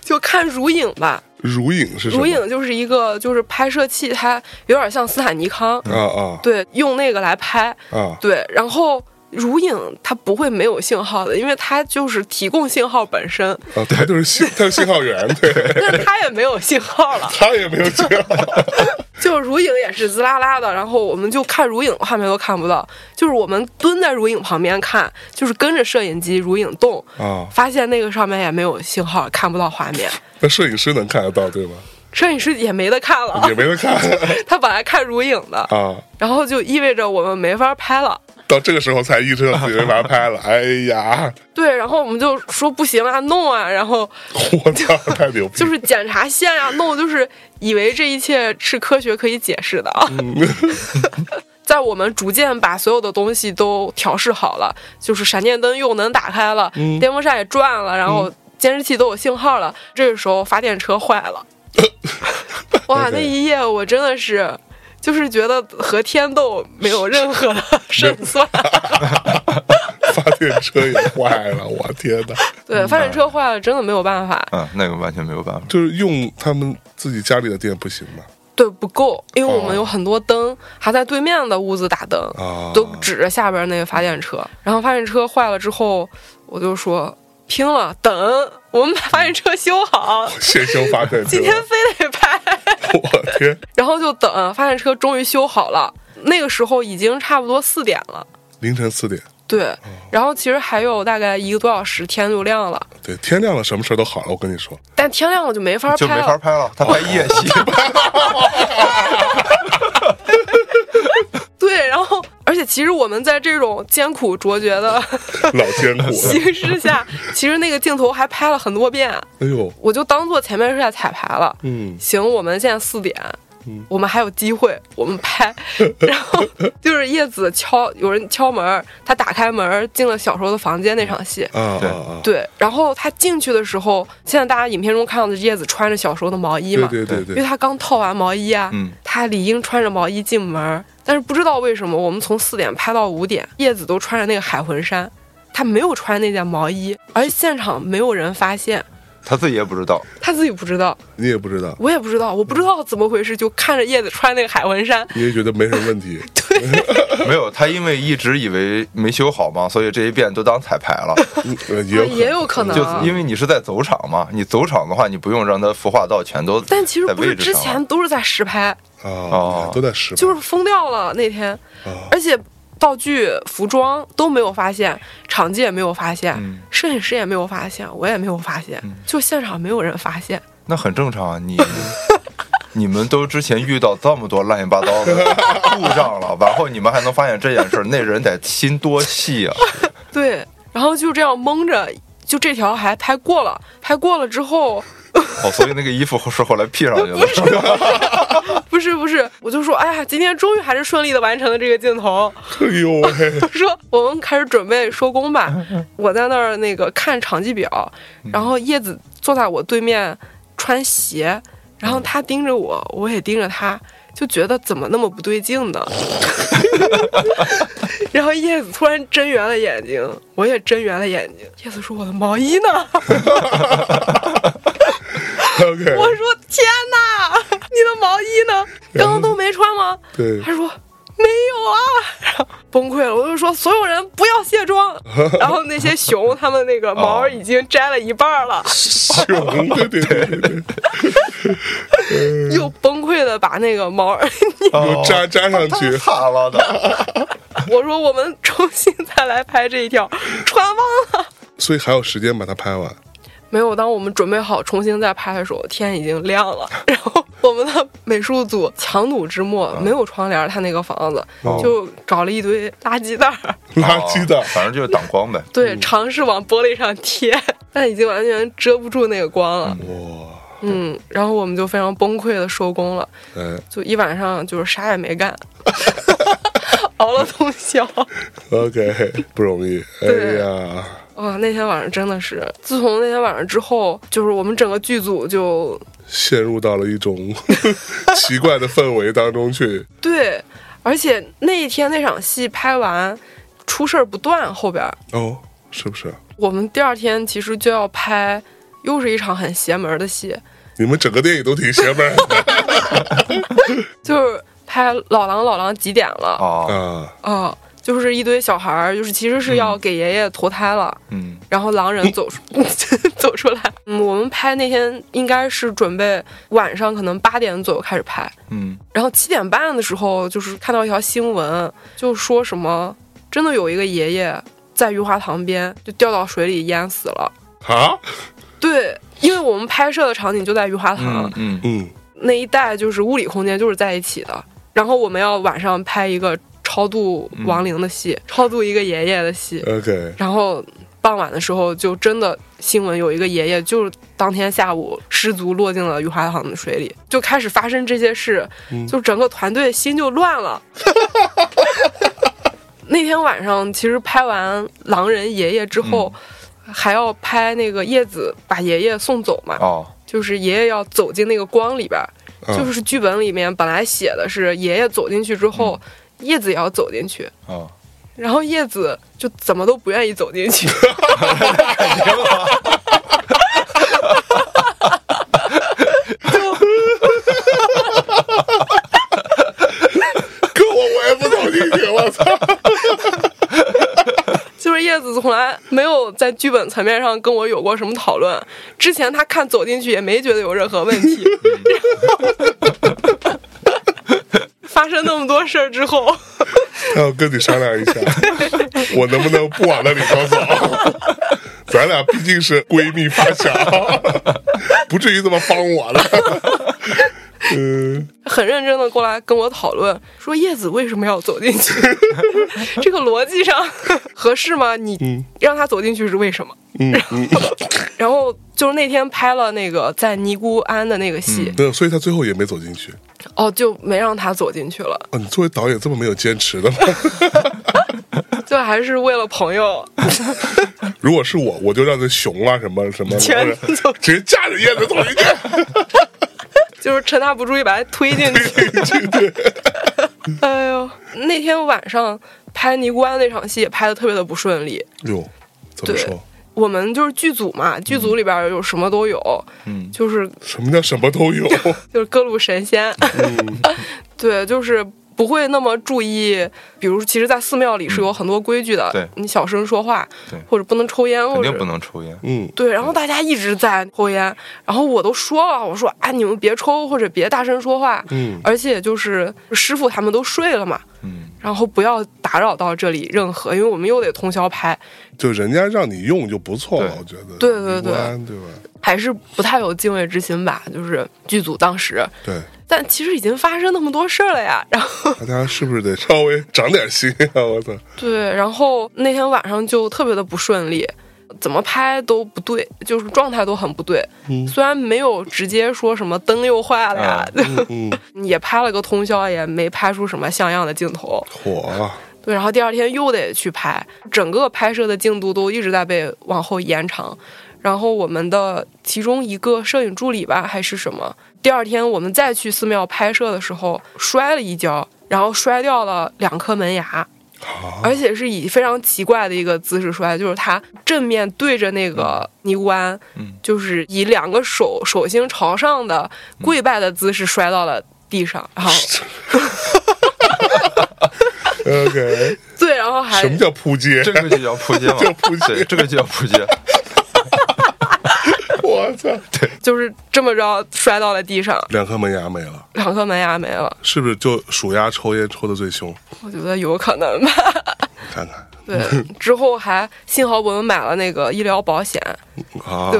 S1: 就看如影吧。
S2: 如影是什么？
S1: 如影就是一个就是拍摄器，它有点像斯坦尼康，
S2: 啊啊
S1: 对，用那个来拍，
S2: 啊，
S1: 对。然后如影它不会没有信号的，因为它就是提供信号本身，
S2: 啊，他就是信，他是信号员，对，
S1: 但是它也没有信号了。
S2: 他也没有信号，
S1: 就如影也是滋啦啦的，然后我们就看如影画面都看不到，就是我们蹲在如影旁边看，就是跟着摄影机如影动，
S2: 啊
S1: 发现那个上面也没有信号，看不到画面，
S2: 那摄影师能看得到对 吗？
S1: 摄影师也没得看了，
S2: 也没得看
S1: 他本来看如影的，
S2: 啊。
S1: 然后就意味着我们没法拍了。
S2: 到这个时候才意识到自己没法拍了，哎呀，
S1: 对，然后我们就说不行啊，弄啊，然后
S2: 我操，太牛逼！
S1: 就是检查线呀、弄，就是以为这一切是科学可以解释的啊。
S2: 嗯
S1: 在我们逐渐把所有的东西都调试好了，就是闪电灯又能打开了，电风扇也转了，然后监视器都有信号了。这个时候发电车坏了，哇！那一夜我真的是，就是觉得和天斗没有任何的胜算。
S2: 发电车也坏了，我天哪！
S1: 对，发电车坏了真的没有办法，
S3: 嗯，那个完全没有办法。
S2: 就是用他们自己家里的电不行吗？
S1: 对，不够，因为我
S2: 哦
S1: 们有很多灯，还在对面的屋子打灯。
S2: 啊，
S1: 都指着下边那个发电车，然后发电车坏了之后，我就说拼了，等我们把发电车修好，
S2: 现修发电车
S1: 今，天非得拍。
S2: 我天，
S1: 然后就等发电车终于修好了，那个时候已经差不多四点了，
S2: 凌晨四点，
S3: 哦
S1: 对。然后其实还有大概一个多小时，天就亮了，
S2: 对，天亮了，什么事儿都好了，我跟你 说，
S1: 但天亮了就没法
S3: 就
S1: 拍
S3: 没法
S1: 了。
S3: 拍了，他拍夜 戏，
S1: 对，然后而且其实我们在这种艰苦卓绝的
S2: 老艰苦了，
S1: 形势下，其实那个镜头还拍了很多遍，
S2: 哎呦，
S1: 我就当做前面是在彩排了。
S2: 嗯，
S1: 行，我们现在四点
S2: 嗯，
S1: 我们还有机会，我们拍。 然后就是叶子敲，有人敲门，他打开门进了小时候的房间那场戏。
S2: 啊
S3: 对
S2: 啊啊，
S1: 对，然后他进去的时候，现在大家影片中看到的叶子穿着小时候的毛衣
S2: 对
S1: 嘛，
S2: 对对
S1: 因为
S2: 对，
S1: 他刚套完毛衣啊，
S3: 嗯
S1: 他理应穿着毛衣进门，但是不知道为什么，我们从四点拍到五点，叶子都穿着那个海魂衫，他没有穿那件毛衣，而现场没有人发现，
S3: 他自己也不知道。
S1: 他自己不知道。
S2: 你也不知道，
S1: 我也不知道，我不知道怎么回事，就看着叶子穿那个海魂衫，
S2: 你也觉得没什么 问题，
S3: 没有，他因为一直以为没修好嘛，所以这一遍都当彩排了。
S2: 呃也
S1: 也
S2: 有
S1: 有
S2: 可
S1: 可
S2: 能
S1: 能
S3: 就
S1: 啊。
S3: 因为你是在走场嘛，你走场的话，你不用让它服化道全都在
S1: 但其实不
S3: 位
S1: 是，
S3: 置
S1: 之
S3: 上
S1: 前都是在实拍，
S2: 啊
S3: 哦，
S2: 都在试吧，
S1: 就是疯掉了那天，而且道具、服装都没有发现，场记也没有发现，
S3: 嗯
S1: 摄影师也没有发现，我也没有发现，就现场没有人发现。
S3: 那很正常啊。你 你们都之前遇到这么多乱七八糟的故障了，然后你们还能发现这件事儿，那人得心多细啊！
S1: 对，然后就这样蒙着，就这条还拍过了，拍过了之后，
S3: 哦，所以那个衣服是后来 P 上去的，
S1: 不是不是，我就说，哎呀，今天终于还是顺利的完成了这个镜头。
S2: 哎呦 喂，
S1: 说我们开始准备收工吧。我在那儿那个看场记表，然后叶子坐在我对面穿鞋，然后他盯着我，我也盯着他，就觉得怎么那么不对劲呢？然后叶子突然睁圆了眼睛，我也睁圆了眼睛。叶子说：“我的毛衣呢？”
S2: ，OK，
S1: 我说：“天哪，你的毛衣呢？刚刚都没穿吗？”
S2: 对，
S1: 他说没有啊，然后崩溃了。我就说所有人不要卸妆，然后那些熊他们那个毛
S2: 哦
S1: 已经摘了一半了，
S2: 熊，对对对对对，
S1: 又崩溃的把那个毛，
S3: 哦
S2: 又粘粘上去
S3: 太，惨了的。
S1: 我说我们重新再来拍这一条，穿忘了。
S2: 所以还有时间把它拍完。
S1: 没有，当我们准备好重新再拍的时候，天已经亮了。然后我们的美术组强弩之末，没有窗帘，他那个房子、
S2: 啊哦
S1: 就找了一堆垃圾袋儿，
S2: 垃圾的
S3: 哦，反正就是挡光呗。
S1: 对，尝试往玻璃上贴， 但已经完全遮不住那个光了。
S3: 哦
S2: 哇，
S1: 嗯，然后我们就非常崩溃的收工了，
S2: 哎
S1: 就一晚上就是啥也没干，熬了通宵。
S2: ，OK，不 容易，哎
S1: 对
S2: 呀，
S1: 哇，那天晚上真的是，自从那天晚上之后，就是我们整个剧组就
S2: 陷入到了一种 奇怪的氛围当中去。
S1: 对，而且那一天那场戏拍完，出事儿不断，后边儿
S2: 哦，是不是？
S1: 我们第二天其实就要拍，又是一场很邪门儿的戏，
S2: 你们整个电影都挺邪门 儿
S1: 就是拍老狼老狼几点了
S3: 哦，
S2: 啊！
S1: 啊、就是一堆小孩儿，就是其实是要给爷爷投胎了。
S3: 嗯，
S1: 然后狼人走出 走出来，嗯，我们拍那天应该是准备晚上可能八点左右开始拍，
S3: 嗯，
S1: 然后七点半的时候，就是看到一条新闻，就说什么真的有一个爷爷在鱼华塘边就掉到水里淹死了。
S2: 啊，
S1: 对，因为我们拍摄的场景就在鱼华塘、
S3: 嗯嗯，
S2: 嗯，
S1: 那一带，就是物理空间就是在一起的。然后我们要晚上拍一个超度亡灵的戏，超度一个爷爷的戏。
S2: OK，
S1: 然后傍晚的时候，就真的新闻有一个爷爷，就是当天下午失足落进了雨花塘的水里，就开始发生这些事，
S2: 嗯
S1: 就整个团队心就乱了。 那天晚上，其实拍完狼人爷爷之后，还要拍那个叶子把爷爷送走嘛，
S3: 哦，
S1: 就是爷爷要走进那个光里边儿，
S2: 嗯
S1: 就是剧本里面本来写的是爷爷走进去之后，叶子也要走进去，
S3: 哦，
S1: 然后叶子就怎么都不愿意走进去。
S2: 跟我我也不走进去，我操！
S1: 就是叶子从来没有在剧本层面上跟我有过什么讨论。之前他看走进去也没觉得有任何问题， 发生那么多事儿之后，
S2: 他 要跟你商量一 下，我能不能不往那里头走？ 咱俩毕竟是闺蜜发小， 不至于这么帮我了。 嗯，
S1: 很认真的过来跟我讨论，说叶子为什么要走进去？这个逻辑上合适吗？你让他走进去是为什么？
S2: 嗯嗯，
S1: 然后就是那天拍了那个在尼姑庵的那个戏，
S2: 对，所以他最后也没走进去。
S1: 哦，就没让他走进去了，
S2: 哦，你作为导演这么没有坚持的吗？
S1: 就还是为了朋友，
S2: 如果是我，我就让这熊啊什么什么，
S1: 全
S2: 或者
S1: 走
S2: 直接架着叶子走进去。
S1: 就是趁他不注意把他推进去。哎呦，那天晚上拍尼姑庵那场戏也拍的特别的不顺利。
S2: 哟，怎么
S1: 对
S2: 说？
S1: 我们就是剧组嘛，剧组里边有什么都有，
S3: 嗯，
S1: 就是
S2: 什么叫什 么都有？
S1: 就是各路神仙，
S3: 嗯
S1: 对，就是不会那么注意。比如，其实，在寺庙里是有很多规矩的，
S3: 嗯对
S1: 你小声说话
S3: 对，
S1: 或者不能抽烟，
S3: 哦肯
S1: 或者
S3: 定不能抽烟。
S2: 嗯，
S1: 对，然后大家一直在抽烟，然后我都说了，我说啊，你们别抽或者别大声说话，
S2: 嗯
S1: 而且就是师傅他们都睡了嘛，
S3: 嗯，
S1: 然后不要打扰到这里任何，因为我们又得通宵拍，
S2: 就人家让你用就不错了，
S3: 对
S2: 我觉得。
S1: 对对对
S2: 无关对吧？
S1: 还是不太有敬畏之心吧，就是剧组当时，
S2: 对。
S1: 但其实已经发生那么多事儿了呀，然后
S2: 大家是不是得稍微长点心啊？我操，
S1: 对，然后那天晚上就特别的不顺利。怎么拍都不对，就是状态都很不对。
S2: 嗯
S1: 虽然没有直接说什么灯又坏了呀
S3: 啊，
S2: 嗯，
S1: 也拍了个通宵，也没拍出什么像样的镜头。
S2: 火啊，
S1: 对，然后第二天又得去拍，整个拍摄的进度都一直在被往后延长。然后我们的其中一个摄影助理吧，还是什么，第二天我们再去寺庙拍摄的时候摔了一跤，然后摔掉了两颗门牙，
S2: 哦
S1: 而且是以非常奇怪的一个姿势摔，就是他正面对着那个尼姑庵，
S3: 嗯
S1: 就是以两个手手心朝上的跪拜的姿势摔到了地上，然后
S2: OK，
S1: 对，然后 还
S2: 什么叫扑街？
S3: 这个就叫扑街嘛，
S2: 叫扑街
S3: 对，这个就叫扑街。
S2: 我操，对，
S1: 就是这么着摔到了地上，
S2: 两颗门牙没了，
S1: 两颗门牙没了，
S2: 是不是就数鸭抽烟抽的最凶？
S1: 我觉得有可能吧。
S2: 看看，
S1: 对，之后还幸好我们买了那个医疗保险，
S2: 啊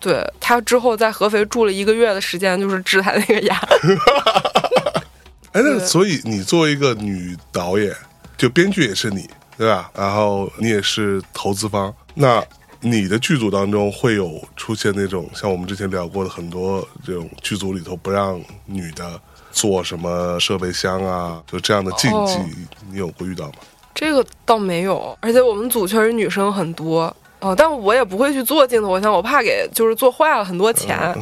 S1: 对、，对，他之后在合肥住了一个月的时间，就是治他那个牙。
S2: 哎，
S1: 对
S2: 那所以你作为一个女导演，就编剧也是你，对吧？然后你也是投资方，那你的剧组当中会有出现那种像我们之前聊过的很多这种剧组里头不让女的做什么设备箱啊，就这样的禁忌，
S1: 哦
S2: 你有过遇到吗？
S1: 这个倒没有，而且我们组确实女生很多哦、但我也不会去做镜头像我怕给就是做坏了很多钱，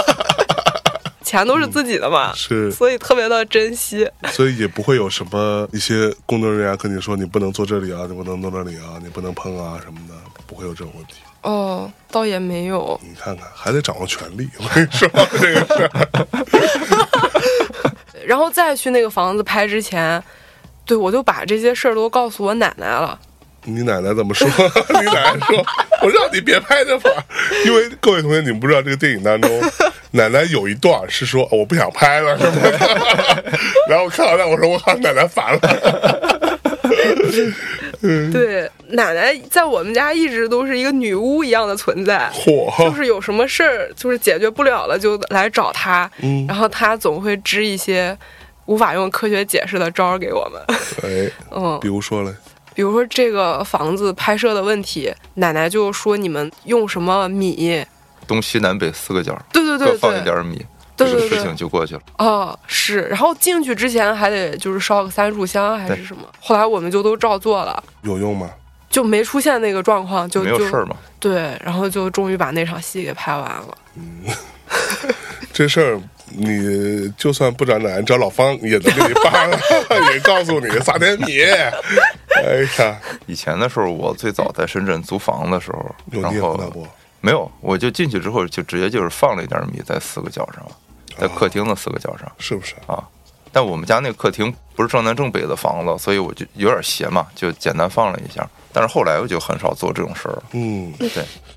S1: 钱都是自己的嘛，
S2: 嗯 是，
S1: 所以特别的珍惜。
S2: 所以也不会有什么一些工作人员跟你说你不能坐这里啊，你不能弄那里啊，你不能碰啊什么的，不会有这种问题。
S1: 哦，倒也没有，
S2: 你看看，还得掌握权力。我跟你说，这个事儿
S1: 然后再去那个房子拍之前，对我就把这些事儿都告诉我奶奶了。
S2: 你奶奶怎么说？ 你奶奶说：“我让你别拍这块儿，因为各位同学，你们不知道这个电影当中，奶奶有一段是说、哦我不想拍了，是吗？ 然后我看完了，我说我靠，奶奶烦了。
S1: 对，奶奶在我们家一直都是一个女巫一样的存在。就
S2: 嚯，
S1: 是有什么事儿，就是解决不了了，就来找他，
S2: 嗯
S1: 然后他总会支一些无法用科学解释的招儿给我们。
S2: 哎，
S1: 嗯
S2: 比，如说嘞，
S1: 比如说这个房子拍摄的问题，奶奶就说你们用什么米，
S3: 东西南北四个角，
S1: 对对
S3: 各
S1: 对
S3: 放一
S1: 对，
S3: 点米，
S1: 对
S3: 这个
S1: 对对
S3: 事情就过去了。
S1: 哦，是。然后进去之前还得就是烧个三炷香还
S3: 对
S1: 是什么，后来我们就都照做了。
S2: 有用吗？
S1: 就没出现那个状况，就
S3: 没有
S1: 就
S3: 事儿嘛，
S1: 对，然后就终于把那场戏给拍完了。
S2: 这事儿你就算不找奶奶，找老方也能给你办了， 也告诉你撒点米。哎呀，
S3: 以前的时候，我最早在深圳租房的时候，
S2: 有
S3: 然
S2: 你也碰到
S3: 后
S2: 过？
S3: 没有，我就进去之后就直接就是放了一点米在四个角上，
S2: 啊
S3: 在客厅的四个角上。啊
S2: 是不是？
S3: 但我们家那客厅不是正南正北的房子，所以我就有点斜嘛，就简单放了一下。但是后来我就很少做这种事儿了。
S2: 嗯，
S3: 对，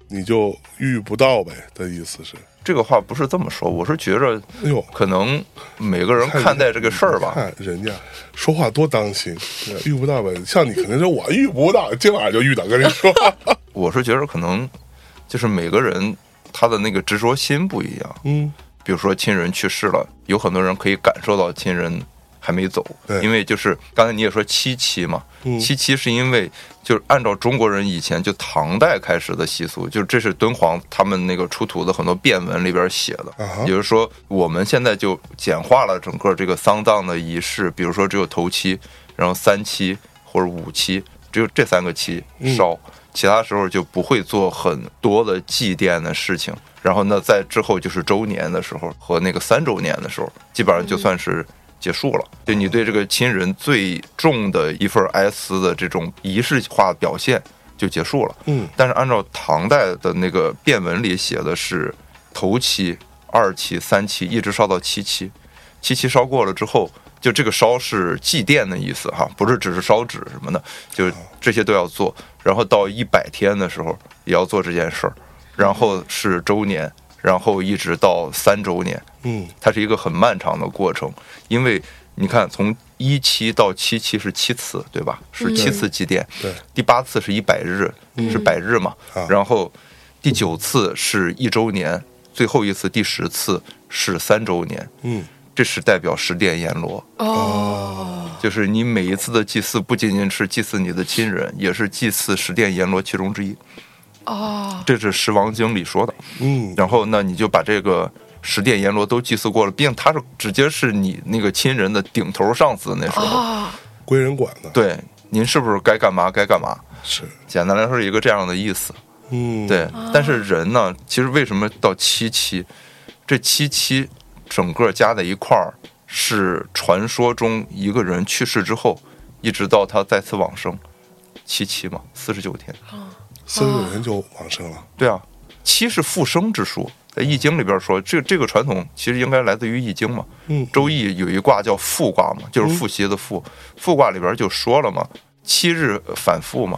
S2: 你就遇不到呗的意思是？
S3: 这个话不是这么说，我是觉着
S2: 哎呦，
S3: 可能每个人看待这个事儿吧，
S2: 看人家说话多当心，呃遇不到呗。像你肯定是我遇不到，今晚上就遇到，跟你说。
S3: 我是觉着可能就是每个人他的那个执着心不一样。
S2: 嗯，
S3: 比如说亲人去世了，有很多人可以感受到亲人还没走
S2: 对，
S3: 因为就是刚才你也说七七嘛，
S2: 嗯
S3: 七七是因为就是按照中国人以前就唐代开始的习俗，就是这是敦煌他们那个出土的很多变文里边写的，
S2: 啊哈
S3: 也就是说我们现在就简化了整个这个丧葬的仪式，比如说只有头七，然后三七或者五七，只有这三个七烧。
S2: 嗯
S3: 其他时候就不会做很多的祭奠的事情。然后呢，在之后就是周年的时候和那个三周年的时候，基本上就算是结束了。就你对这个亲人最重的一份哀思的这种仪式化表现就结束了。
S2: 嗯，
S3: 但是按照唐代的那个变文里写的是头七、二七、三七，一直烧到七七。七七烧过了之后，就这个烧是祭奠的意思哈，不是只是烧纸什么的，就是这些都要做。然后到一百天的时候也要做这件事儿，然后是周年，然后一直到三周年，
S2: 嗯，
S3: 它是一个很漫长的过程，因为你看从一期到七期是七次，对吧？是七次祭奠，
S2: 嗯对，
S3: 第八次是一百日，是百日嘛
S2: 啊，
S3: 然后第九次是一周年，最后一次第十次是三周年，
S2: 嗯，啊
S3: 这是代表十殿阎罗，
S1: 哦，
S3: 就是你每一次的祭祀不仅仅是祭祀你的亲人，也是祭祀十殿阎罗其中之一，
S1: 哦，
S3: 这是《十王经》里说的。
S2: 嗯，
S3: 然后那你就把这个十殿阎罗都祭祀过了，毕竟他是直接是你那个亲人的顶头上司那时候，
S1: 啊，
S2: 归人管呢，
S3: 对，您是不是该干嘛该干嘛？
S2: 是，
S3: 简单来说是一个这样的意思，
S2: 嗯，
S3: 对。但是人呢，其实为什么到七七，这七七整个加在一块儿，是传说中一个人去世之后，一直到他再次往生，七七嘛，四十九天。
S2: 四十九天就往生了，
S3: 对啊，七是复生之术，在《易经》里边说，这这个传统其实应该来自于《易经》嘛。
S2: 嗯
S3: 《周易》有一卦叫复卦嘛，就是复习的复。复卦里边就说了嘛，七日反复嘛。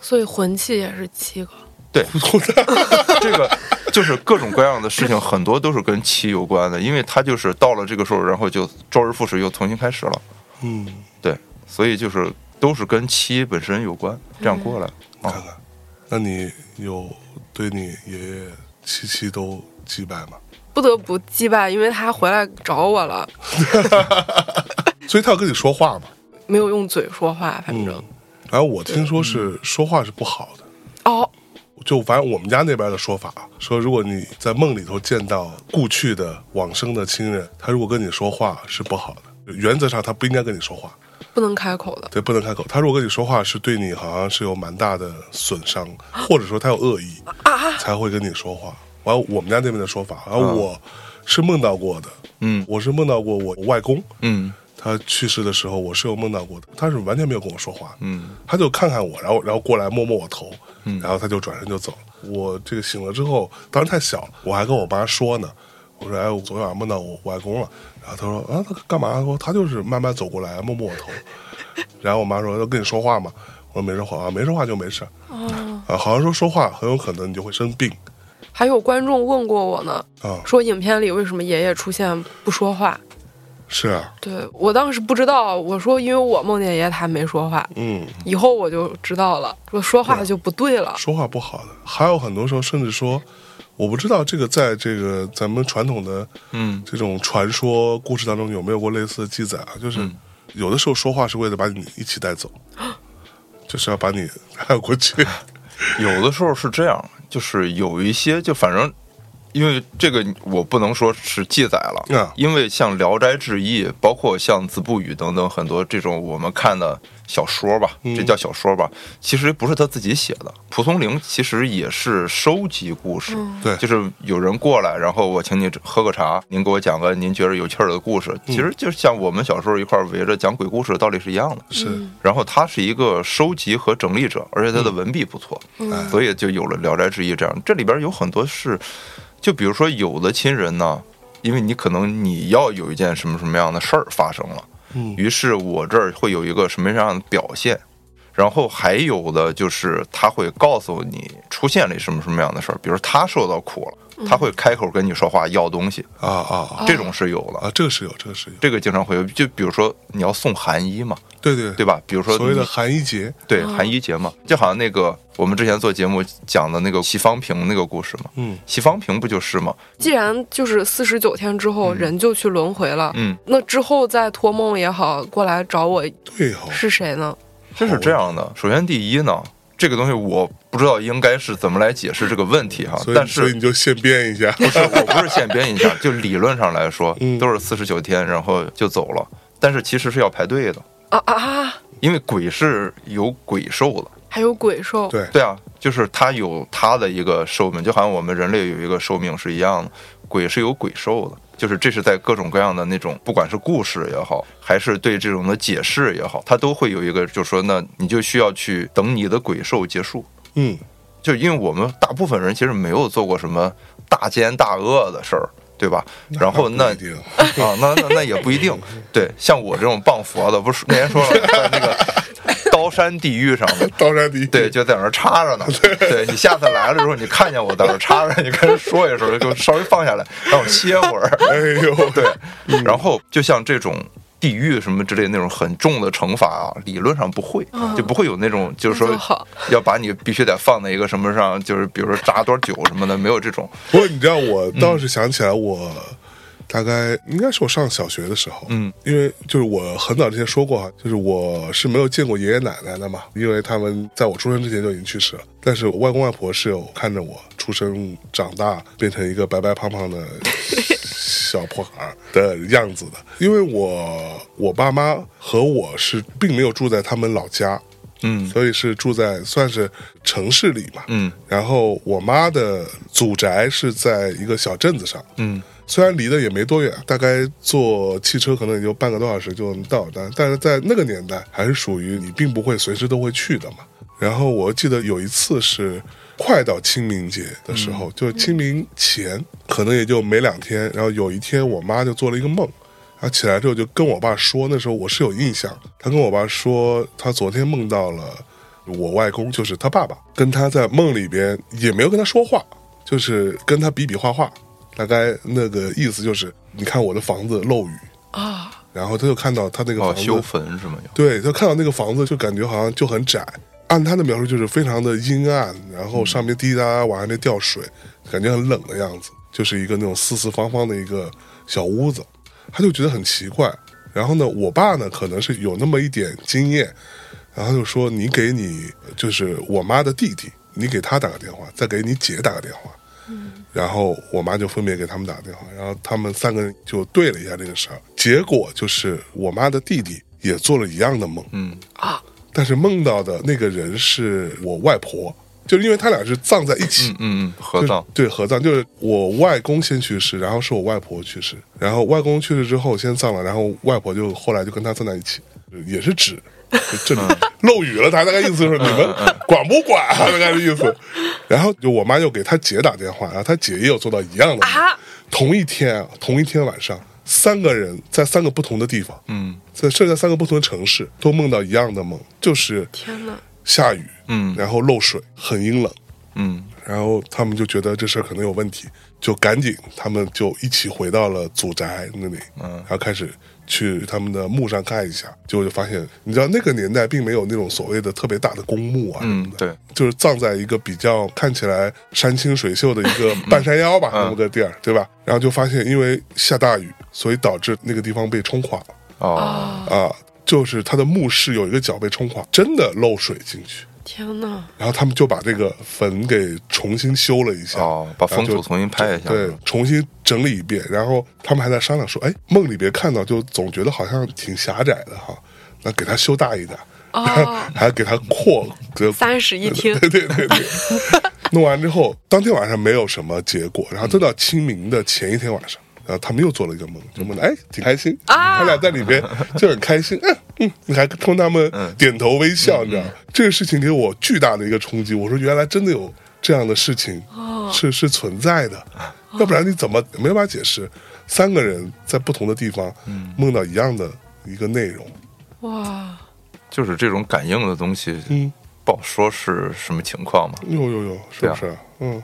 S1: 所以魂器也是七个。
S3: 这个就是各种各样的事情，很多都是跟七有关的，因为它就是到了这个时候，然后就周而复始，又重新开始了。
S2: 嗯，
S3: 对，所以就是都是跟七本身有关，这样过来。
S2: 看看，那你有对你爷爷七七都祭拜吗？
S1: 不得不祭拜，因为他回来找我了，
S2: 所以他要跟你说话吗？
S1: 没有用嘴说话，反正、
S2: 嗯，然后我听说是说话是不好的，
S1: 哦，
S2: 就反正我们家那边的说法啊，说如果你在梦里头见到故去的往生的亲人，他如果跟你说话是不好的，原则上他不应该跟你说话，
S1: 不能开口的，
S2: 对，不能开口。他如果跟你说话，是对你好像是有蛮大的损伤，或者说他有恶意才会跟你说话。完，我们家那边的说法，然后我是梦到过的，
S3: 嗯
S2: 我是梦到过我外公，
S3: 嗯
S2: 他去世的时候，我是有梦到过的，他是完全没有跟我说话，
S3: 嗯
S2: 他就看看我，然后然后过来摸摸我头，然后他就转身就走了。我这个醒了之后，当时太小，我还跟我妈说呢，我说哎，我昨天晚上梦到我外公了，然后她说啊，他干嘛？她说他就是慢慢走过来摸摸我头， 然后我妈说要跟你说话嘛，我说没说话啊，没说话就没事儿，啊，好像说说话很有可能你就会生病
S1: 还有观众问过我呢，
S2: 啊，
S1: 说影片里为什么爷爷出现不说话？
S2: 是啊，
S1: 对我当时不知道，我说因为我梦见爷爷他没说话，
S2: 嗯，
S1: 以后我就知道了，说说话就不对了。
S2: 说话不好的，还有很多时候甚至说，我不知道这个在这个咱们传统的
S3: 嗯
S2: 这种传说故事当中有没有过类似的记载啊？就是
S3: 嗯
S2: 有的时候说话是为了把你一起带走， 就是要把你带过去。
S3: 有的时候是这样，就是有一些就反正。因为这个我不能说是记载了，
S2: 啊
S3: 因为像《聊斋志异》，包括像《子不语》等等很多这种我们看的小说吧，这叫小说吧，其实不是他自己写的。蒲松龄其实也是收集故事，
S2: 对
S3: 就是有人过来，然后我请你喝个茶，您给我讲个您觉得有趣儿的故事，其实就像我们小时候一块儿围着讲鬼故事的道理是一样的。
S2: 是，
S3: 然后他是一个收集和整理者，而且他的文笔不错，
S2: 哎
S3: 所以就有了《聊斋志异》这样。这里边有很多是，就比如说有的亲人呢，因为你可能你要有一件什么什么样的事儿发生了，
S2: 嗯
S3: 于是我这儿会有一个什么样的表现。然后还有的就是他会告诉你出现了什么什么样的事儿，比如他受到苦了，他会开口跟你说话要东西，
S2: 啊啊
S3: 这种是有的。
S2: 啊，这个是有，这个是有，
S3: 这个经常会有，就比如说你要送寒衣嘛，
S2: 对对
S3: 对，吧？比如说
S2: 所谓
S3: 你
S2: 的寒衣节，
S3: 对，寒衣节嘛，就好像那个我们之前做节目讲的那个席方平那个故事嘛，
S2: 嗯，
S3: 席方平不就是嘛？
S1: 既然就是四十九天之后、人就去轮回了，
S3: 嗯，
S1: 那之后再托梦也好，过来找我
S2: 对哦，
S1: 是谁呢？
S3: 这是这样的。首先第一呢，这个东西我不知道应该是怎么来解释这个问题哈，
S2: 哦所
S3: 啊但
S2: 以所以
S3: 是
S2: 你就现编一下，
S3: 不是我不是现编一 下，就理论上来说
S2: 嗯
S3: 都是四十九天，然后就走了，但是其实是要排队的，
S2: 嗯
S1: 啊啊啊！
S3: 因为鬼是有鬼兽的。
S1: 还有鬼兽，
S2: 对
S3: 对啊，就是它有它的一个寿命，就好像我们人类有一个寿命是一样的，鬼是有鬼寿的。就是这是在各种各样的那种，不管是故事也好，还是对这种的解释也好，它都会有一个，就是说呢，你就需要去等你的鬼兽结束。
S2: 嗯，
S3: 就因为我们大部分人其实没有做过什么大奸大恶的事儿，对吧？ 然后那
S2: 不一定
S3: 啊，那那那也不一定。对，像我这种谤佛的，不是那天说了，在那个刀山地狱上的，
S2: 刀山第一，
S3: 对，就在那儿 插着呢。对你下次来了之后，你看见我在那儿插着，你跟人说一说，就稍微放下来，让我歇会儿。
S2: 哎呦， 嗯
S3: 对，然后就像这种。地狱什么之类的那种很重的惩罚啊，理论上不会，就不会有那种就是
S1: 嗯那
S3: 说
S1: 就好
S3: 要把你必须得放在一个什么上，就是比如说扎多少酒什么的，没有这种。
S2: 不过你知道，我倒是想起来，我大概应该是我上小学的时候，
S3: 嗯，
S2: 因为就是我很早之前说过哈，就是我是没有见过爷爷奶奶的嘛，因为他们在我出生之前就已经去世了。但是我外公外婆是有看着我出生长大，变成一个白白胖胖的小破孩儿的样子的。因为我我爸妈和我是并没有住在他们老家，
S3: 嗯
S2: 所以是住在算是城市里嘛，
S3: 嗯
S2: 然后我妈的祖宅是在一个小镇子上，
S3: 嗯
S2: 虽然离得也没多远，大概坐汽车可能也就半个多小时就能到，但但是在那个年代还是属于你并不会随时都会去的嘛。然后我记得有一次是快到清明节的时候，就是清明前可能也就没两天，然后有一天我妈就做了一个梦。然后起来之后就跟我爸说，那时候我是有印象，她跟我爸说，她昨天梦到了我外公，就是他爸爸，跟他在梦里边也没有跟他说话，就是跟他比比划划，大概那个意思就是，你看我的房子漏雨
S1: 啊，
S2: 然后他就看到他那个
S3: 哦
S2: 房，子，
S3: 修坟是吗？
S2: 对他看到那个房子就感觉好像就很窄，按他的描述就是非常的阴暗，然后上面滴滴答答往下面掉水，感觉很冷的样子，就是一个那种四四方方的一个小屋子，他就觉得很奇怪。然后呢，我爸呢可能是有那么一点经验，然后就说你给你就是我妈的弟弟，你给他打个电话，再给你姐打个电话。然后我妈就分别给他们打电话，然后他们三个人就对了一下这个事儿，结果就是我妈的弟弟也做了一样的梦，
S3: 嗯
S1: 啊，
S2: 但是梦到的那个人是我外婆，就是因为他俩是葬在一起，
S3: 嗯嗯，合
S2: 就
S3: 葬
S2: 对合葬，就是我外公先去世，然后是我外婆去世，然后外公去世之后先葬了，然后外婆就后来就跟他葬在一起，也是纸，就这里
S3: 嗯
S2: 漏雨了，他大概意思就是你们管不管啊，大概的意思。然后就我妈又给他姐打电话，然后他姐也有做到一样的，
S1: 啊
S2: 同一天啊，同一天晚上，三个人在三个不同的地方，
S3: 嗯
S2: 在甚至在三个不同的城市都梦到一样的梦，就是
S1: 天哪，
S2: 下雨，
S3: 嗯
S2: 然后漏水，很阴冷。
S3: 嗯
S2: 然后他们就觉得这事儿可能有问题，就赶紧他们就一起回到了祖宅那里，
S3: 嗯
S2: 然后开始去他们的墓上看一下，结果就发现，你知道那个年代并没有那种所谓的特别大的公墓啊，
S3: 嗯，对，
S2: 就是葬在一个比较看起来山清水秀的一 个半山腰吧，
S3: 嗯
S2: 那么个地儿，对吧？然后就发现因为下大雨，所以导致那个地方被冲垮了
S3: 哦，
S2: 啊，就是他的墓室有一个角被冲垮，真的漏水进去。
S1: 天哪，
S2: 然后他们就把这个坟给重新修了一下，
S3: 哦，把风
S2: 然后
S3: 土
S2: 就
S3: 重新拍一下，
S2: 对，重新整理一遍。然后他们还在商量说，哎，梦里边看到就总觉得好像挺狭窄的哈，那给它修大一点，
S1: 哦
S2: 还给它扩，给它
S1: 三室一厅
S2: 对对对对。弄完之后，当天晚上没有什么结果，然后等到清明的前一天晚上，然后他们又做了一个梦，就梦到哎挺开心，
S1: 啊
S2: 他俩在里边就很开心，嗯 嗯，你还冲他们点头微笑，你知道吗，这个事情给我巨大的一个冲击。我说原来真的有这样的事情，是是存在的，要不然你怎么没法解释？三个人在不同的地方梦到一样的一个内容，
S1: 哇，
S3: 就是这种感应的东西，
S2: 嗯，
S3: 不好说是什么情况嘛。
S2: 呦呦呦，是不是？嗯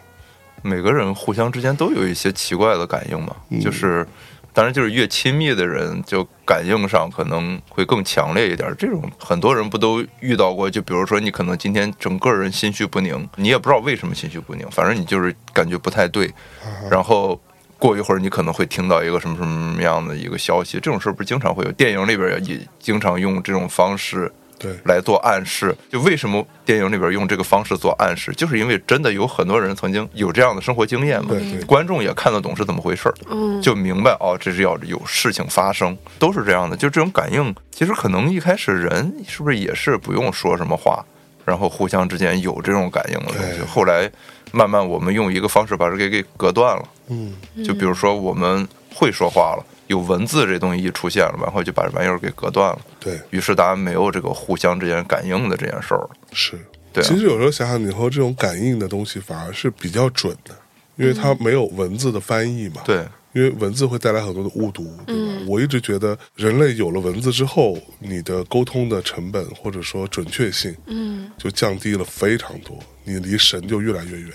S3: 每个人互相之间都有一些奇怪的感应嘛，就是，当然就是越亲密的人，就感应上可能会更强烈一点。这种很多人不都遇到过？就比如说你可能今天整个人心绪不宁，你也不知道为什么心绪不宁，反正你就是感觉不太对，
S2: 嗯啊
S3: 然后。过一会儿，你可能会听到一个什么什么样的一个消息，这种事儿不是经常会有？电影里边也经常用这种方式
S2: 对，
S3: 来做暗示。就为什么电影里边用这个方式做暗示，就是因为真的有很多人曾经有这样的生活经验嘛
S2: 对对，
S3: 观众也看得懂是怎么回事儿，
S1: 嗯，
S3: 就明白哦，这是要有事情发生，都是这样的。就这种感应，其实可能一开始人是不是也是不用说什么话，然后互相之间有这种感应的东西
S2: 对，
S3: 后来慢慢我们用一个方式把这给给隔断了。
S2: 嗯。
S3: 就比如说我们会说话了，有文字这东西一出现了，然后就把这玩意儿给隔断了。
S2: 对，
S3: 于是大家没有这个互相之间感应的这件事儿了。
S2: 是。
S3: 对啊
S2: 其实有时候想想，你和这种感应的东西反而是比较准的，因为它没有文字的翻译嘛。。
S3: 对，
S2: 因为文字会带来很多的误读，对吧？我一直觉得，人类有了文字之后，你的沟通的成本或者说准确性，嗯，就降低了非常多，你离神就越来越远，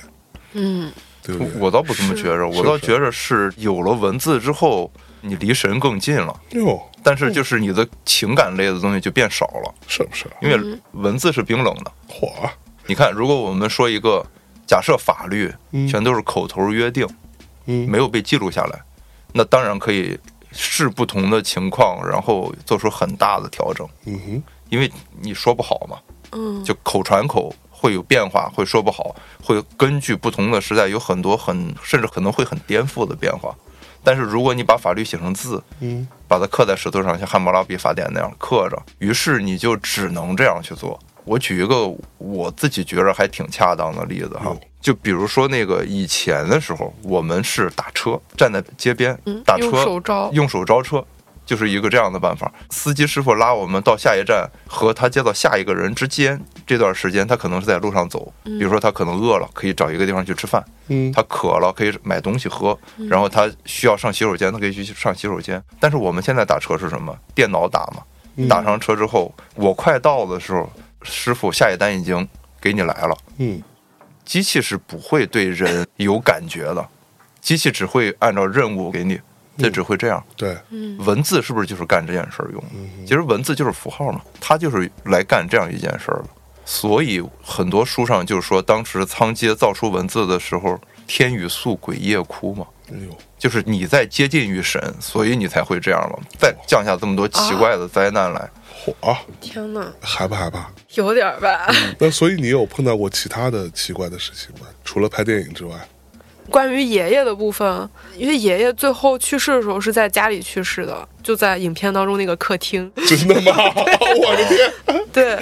S1: 嗯，
S2: 对不
S3: 我
S2: 对？
S3: 我倒不这么觉着，我倒觉着是有了文字之后，你离神更近了，
S2: 哟，
S3: 但是就是你的情感类的东西就变少了，
S2: 是不是？
S3: 因为文字是冰冷的。
S2: 啊火啊，
S3: 你看，如果我们说一个假设法律
S2: 嗯
S3: 全都是口头约定，
S2: 嗯，
S3: 没有被记录下来，那当然可以视不同的情况，然后做出很大的调整。
S2: 嗯哼，
S3: 因为你说不好嘛，
S1: 嗯，
S3: 就口传口会有变化，会说不好，会根据不同的时代有很多很甚至可能会很颠覆的变化。但是如果你把法律写成字，
S2: 嗯，
S3: 把它刻在石头上，像汉谟拉比法典那样刻着，于是你就只能这样去做。我举一个我自己觉着还挺恰当的例子哈
S2: 嗯，
S3: 就比如说那个以前的时候，我们是打车，站在街边
S1: 嗯
S3: 打车，
S1: 用手招
S3: 用手招车，就是一个这样的办法。司机师傅拉我们到下一站和他接到下一个人之间这段时间，他可能是在路上走，比如说他可能饿了，可以找一个地方去吃饭；
S2: 嗯，
S3: 他渴了，可以买东西喝；然后他需要上洗手间，他可以去上洗手间。但是我们现在打车是什么？电脑打嘛，打上车之后，我快到的时候，师傅下一单已经给你来了。
S2: 嗯，
S3: 机器是不会对人有感觉的，机器只会按照任务给你。这只会这样。
S2: 对，哎
S3: 文字是不是就是干这件事儿用的？其实文字就是符号嘛，它就是来干这样一件事儿的。所以很多书上就是说，当时仓颉造出文字的时候，“天与宿，鬼夜哭”嘛，
S2: 哎呦，
S3: 就是你在接近于神，所以你才会这样嘛，再降下这么多
S1: 啊
S3: 奇怪的灾难来。
S2: 火啊
S1: 天哪，
S2: 害怕害怕？
S1: 有点儿吧。
S3: 嗯
S2: 那所以你有碰到过其他的奇怪的事情吗？除了拍电影之外，
S1: 关于爷爷的部分，因为爷爷最后去世的时候是在家里去世的，就在影片当中那个客 厅。
S2: 真的吗？ 我的天！
S1: 对，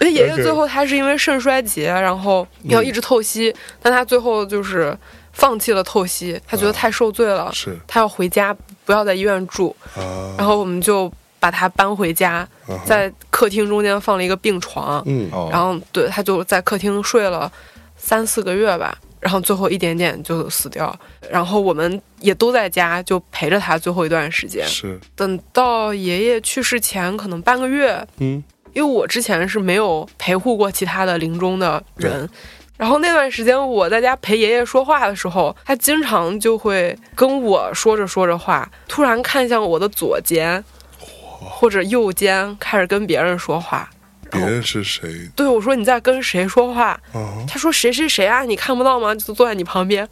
S1: 因为爷爷
S2: OK
S1: 最后他是因为肾衰竭，然后要一直透析，
S3: 嗯
S1: 但他最后就是放弃了透析，他觉得太受罪
S3: 嗯
S1: 了，
S2: 是
S1: 他要回家，不要在医院住。
S2: 啊，
S1: 然后我们就把他搬回家，
S3: 嗯
S2: 啊哈
S1: 在客厅中间放了一个病床，
S2: 嗯，
S3: 哦，
S1: 然后对他就在客厅睡了三四个月吧，然后最后一点点就死掉。然后我们也都在家就陪着他最后一段时间，
S2: 是，
S1: 等到爷爷去世前可能半个月，
S2: 嗯，
S1: 因为我之前是没有陪护过其他的临终的人。然后那段时间我在家陪爷爷说话的时候，他经常就会跟我说着说着话，突然看向我的左肩或者右肩，开始跟别人说话。
S2: 别人是谁
S1: 对我说：“你在跟谁说话？”
S2: 啊？
S1: 他说：“谁谁谁啊，你看不到吗？就坐在你旁边。”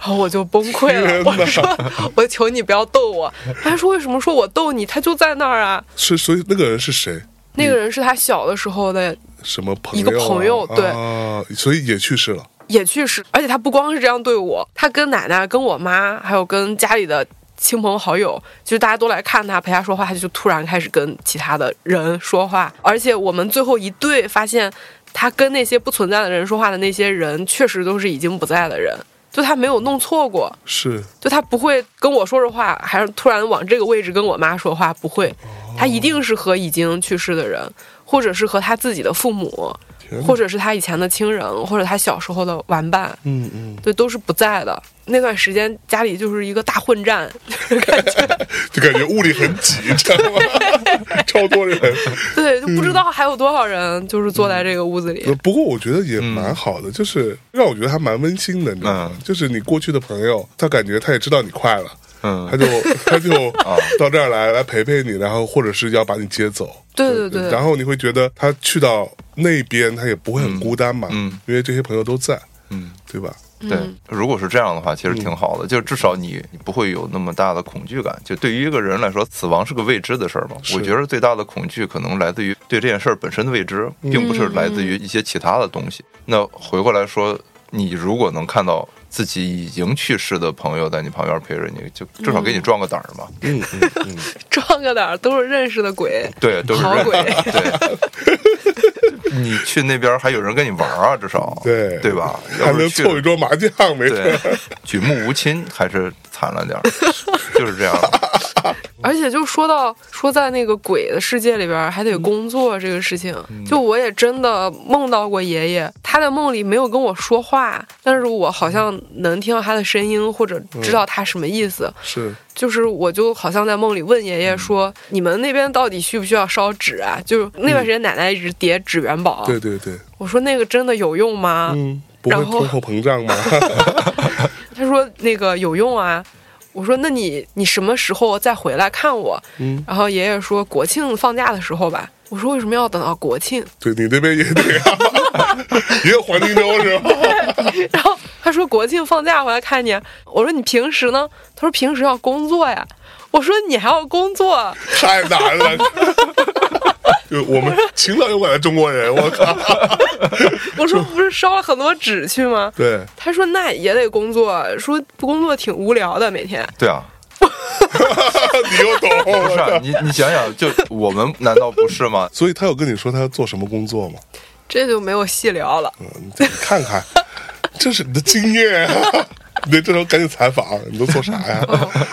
S1: 然后我就崩溃
S2: 天
S1: 了，
S2: 哪
S1: 我说：“我求你不要逗我。”他说：“为什么说我逗你？他就在那儿啊。
S2: 是，所以那个人是谁？”
S1: 那个人是他小的时候的
S2: 什么朋
S1: 一
S2: 友、啊？
S1: 个朋友对
S2: 啊，所以也去世了。
S1: 也去世，而且他不光是这样对我，他跟奶奶、跟我妈，还有跟家里的亲朋好友，就是大家都来看他陪他说话，他就突然开始跟其他的人说话，而且我们最后一对发现，他跟那些不存在的人说话的那些人，确实都是已经不在的人。就他没有弄错过，
S2: 是，
S1: 就他不会跟我说着话，还是突然往这个位置跟我妈说话，不会，他一定是和已经去世的人，或者是和他自己的父母，
S2: 天哪
S1: 或者是他以前的亲人，或者他小时候的玩伴，
S2: 嗯嗯，
S1: 对，都是不在的。那段时间家里就是一个大混战，
S2: 就感觉屋里很挤，知道 吗？超多人。
S1: 对，就不知道还有多少人就是坐在这个屋子里。
S2: 呃不过我觉得也蛮好的，就是让我觉得还蛮温馨的，你知道吗？
S3: 嗯
S2: 就是你过去的朋友，他感觉他也知道你快了。
S3: 嗯
S2: 他，就他就
S3: 啊
S2: 到这儿来来陪陪你，然后或者是要把你接走，
S1: 对对对
S2: 然后你会觉得他去到那边，他也不会很孤单嘛，
S3: 嗯
S2: 因为这些朋友都在，
S3: 嗯，
S2: 对吧？
S3: 对，如果是这样的话，其实挺好的，
S2: 嗯
S3: 就至少你你不会有那么大的恐惧感。就对于一个人来说，死亡是个未知的事儿嘛。
S2: 是
S3: 我觉得最大的恐惧可能来自于对这件事儿本身的未知，
S2: 嗯
S3: 并不是来自于一些其他的东西。那回过来说，你如果能看到自己已经去世的朋友在你旁边陪着你，就至少给你壮个胆儿嘛。
S2: 嗯嗯嗯，
S1: 撞个哪儿都是认识的鬼，
S3: 对，都是
S1: 好
S3: 认
S1: 鬼
S3: 对。你去那边还有人跟你玩儿啊，至少
S2: 对
S3: 对吧？
S2: 还
S3: 要不
S2: 能
S3: 是去了
S2: 凑一桌麻将，没事。
S3: 对，举目无亲还是惨了点 儿，就是这样。
S1: 而且就说到说在那个鬼的世界里边儿还得
S2: 嗯
S1: 工作这个事情，就我也真的梦到过爷爷，他在梦里没有跟我说话，但是我好像能听到他的声音或者知
S2: 嗯
S1: 道他什么意思，
S2: 是，
S1: 就是我就好像在梦里问
S2: 嗯
S1: 爷爷说：“你们那边到底需不需要烧纸啊？”就是那段时间奶奶一直叠纸元宝，
S2: 嗯对对对，
S1: 我说那个真的有用吗？
S2: 嗯，不会
S1: 啊然后
S2: 通货膨胀吗？
S1: 他说那个有用啊。我说那你你什么时候再回来看我？
S2: 嗯，
S1: 然后爷爷说国庆放假的时候吧。我说为什么要等到国庆？
S2: 对你那边也得，啊 也有黄金周是吧？
S1: 然后他说国庆放假回来看你啊。我说你平时呢？他说平时要工作呀。我说你还要工作？
S2: 太难了。 就我们勤劳勇敢的中国人，我靠！
S1: 我说不是烧了很多纸去吗？
S2: 对，
S1: 他说那也得工作，啊说不工作挺无聊的每天。
S3: 对啊，
S2: 你又懂，
S3: 不
S2: 我
S3: 是
S2: 靠
S3: 啊你你想想，就我们难道不是吗？
S2: 所以他有跟你说他做什么工作吗？
S1: 这就没有细聊了。
S2: 嗯，你自己看 看，这是你的经验、啊。你这时候赶紧采访，你都做啥呀？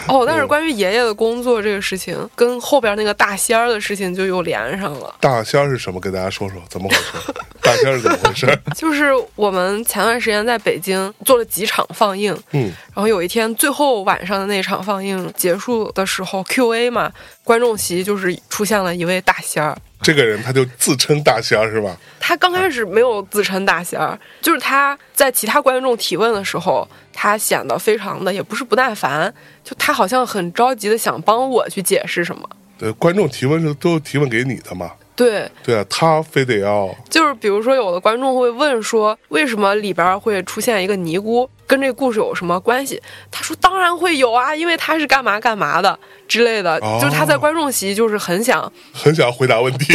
S1: 哦，但是关于爷爷的工作这个事情，跟后边那个大仙儿的事情就又连上了。
S2: 大仙儿是什么？给大家说说怎么回事？大仙儿是怎么 回事？
S1: 就是我们前段时间在北京做了几场放映，
S2: 嗯，
S1: 然后有一天最后晚上的那场放映结束的时候，Q&A 嘛，观众席就是出现了一位大仙儿，
S2: 这个人他就自称大仙儿是吧？
S1: 他刚开始没有自称大仙儿，就是他在其他观众提问的时候，他显得非常的也不是不耐烦，就他好像很着急的想帮我去解释什么。
S2: 对，观众提问是都提问给你的嘛？
S1: 对，
S2: 对啊，他非得要
S1: 就是比如说有的观众会问说，为什么里边会出现一个尼姑，跟这个故事有什么关系？他说当然会有啊，因为他是干嘛干嘛的之类的。
S2: 哦
S1: 就是他在观众席就是很想，
S2: 很想回答问题，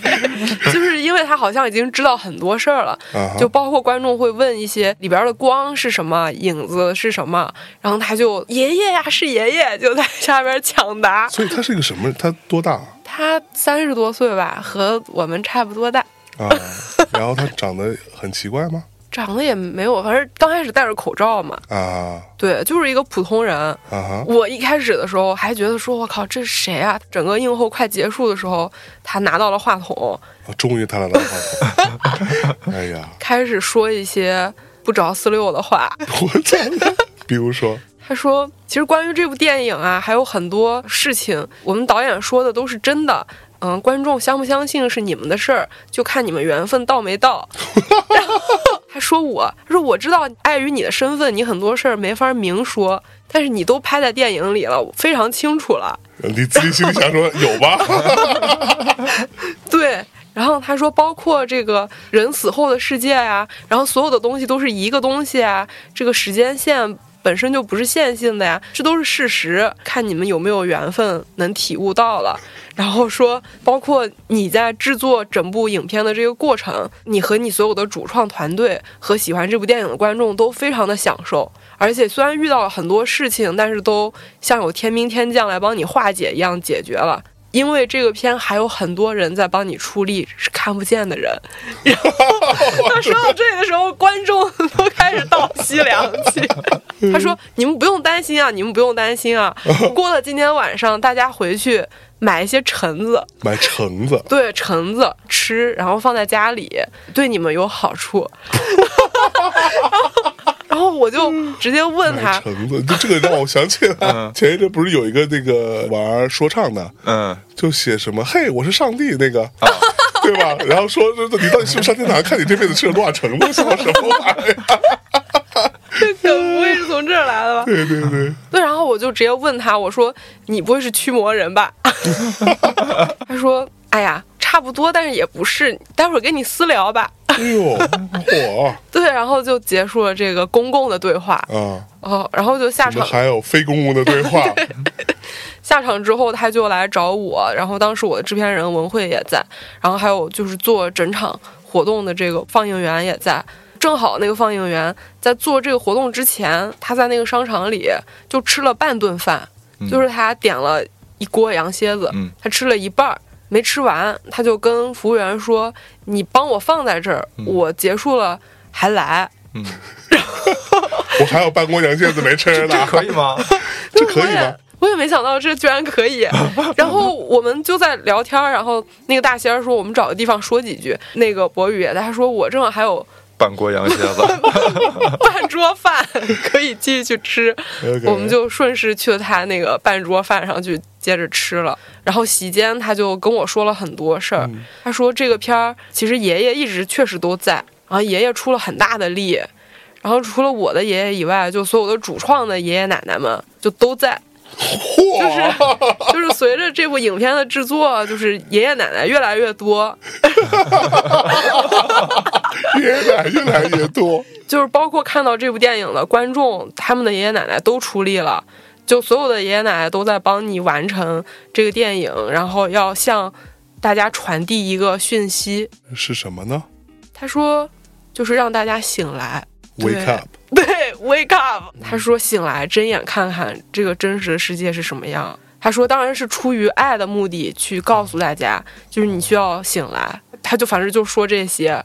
S1: 就是因为他好像已经知道很多事儿了。
S2: 啊哈
S1: 就包括观众会问一些里边的光是什么，影子是什么，然后他就爷爷呀是爷爷，就在下边抢答。
S2: 所以他是一个什么？他多大啊？
S1: 他三十多岁吧，和我们差不多大，
S2: 啊然后他长得很奇怪吗？
S1: 长得也没有，反正刚开始戴着口罩嘛，
S2: 啊
S1: 对，就是一个普通人。
S2: 啊哈！
S1: 我一开始的时候还觉得说，我靠，这是谁啊？整个映后快结束的时候，他拿到了话筒，
S2: 啊终于他来了， 哎呀，
S1: 开始说一些不着四六的话。
S2: 我操！比如说，
S1: 他说，其实关于这部电影啊，还有很多事情，我们导演说的都是真的。嗯，观众相不相信是你们的事儿，就看你们缘分到没到。 然后还说我，他说我知道，碍于你的身份，你很多事儿没法明说，但是你都拍在电影里了，我非常清楚了。
S2: 你自己心里想说有吧？
S1: 对，然后他说，包括这个人死后的世界呀、然后所有的东西都是一个东西啊，这个时间线本身就不是线性的呀，这都是事实，看你们有没有缘分能体悟到了。然后说，包括你在制作整部影片的这个过程，你和你所有的主创团队和喜欢这部电影的观众都非常的享受。而且虽然遇到了很多事情，但是都像有天兵天将来帮你化解一样解决了。因为这个片还有很多人在帮你出力，是看不见的人。然后他说到这里的时候，观众都开始倒吸凉气。他说：“你们不用担心啊，你们不用担心啊。过了今天晚上，大家回去买一些橙子，
S2: 买橙子，
S1: 对橙子吃，然后放在家里，对你们有好处。然后”然后我就直接问
S2: 买
S1: 他，
S2: 橙子，就这个让我想起来，
S3: 嗯
S2: 前一阵不是有一个那个玩说唱的，
S3: 嗯，
S2: 就写什么“嘿，我是上帝”那个，对吧？然后说这这你到底是不是上天堂？看你这辈子吃了多少橙子，笑什么玩意儿？
S1: 这梗不会是从这儿来的吧？
S2: 对对对，
S1: 对，然后我就直接问他，我说：“你不会是驱魔人吧？” 他说：“哎呀，差不多，但是也不是，待会儿跟你私聊吧。
S2: 哎呦，嚯”
S1: 对，然后就结束了这个公共的对话。
S2: 啊！
S1: 哦，然后就下
S2: 我们
S1: 场，
S2: 还有非公共的对话，
S1: 下场之后他就来找我，然后当时我的制片人文慧也在，然后还有就是做整场活动的这个放映员也在。正好那个放映员在做这个活动之前，他在那个商场里就吃了半顿饭，
S3: 嗯
S1: 就是他点了一锅羊蝎子，
S3: 嗯
S1: 他吃了一半儿没吃完，他就跟服务员说：“你帮我放在这儿，我结束了还来。
S3: 嗯，
S2: 我还有办公羊蝎子没吃呢
S3: 这，可以吗？
S2: 这可以
S1: 我
S2: 吗
S1: 也？我也没想到这居然可 以，然后我们就在聊天儿，然后那个大仙儿说我们找个地方说几句，那个博宇也在他说我正好还有
S3: 半锅羊蝎子，
S1: 半桌饭 可以继续吃，我们就顺势去了他那个半桌饭上去接着吃了。然后席间他就跟我说了很多事
S2: 嗯
S1: 儿，他说这个片儿其实爷爷一直确实都在，然后爷爷出了很大的力，然后除了我的爷爷以外，就所有的主创的爷爷奶奶们就都在。
S2: 嚯，
S1: 就是随着这部影片的制作，就是爷爷奶奶越来越多，
S2: 越来越来越多，
S1: 就是包括看到这部电影的观众，他们的爷爷奶奶都出力了，就所有的爷爷奶奶都在帮你完成这个电影，然后要向大家传递一个讯息。
S2: 是什么呢
S1: 他说，就是让大家醒来。对
S2: ？Wake up！
S1: 对，wake up。他说醒来，睁眼看看这个真实的世界是什么样。他说当然是出于爱的目的去告诉大家，就是你需要醒来。他就反正就说这些，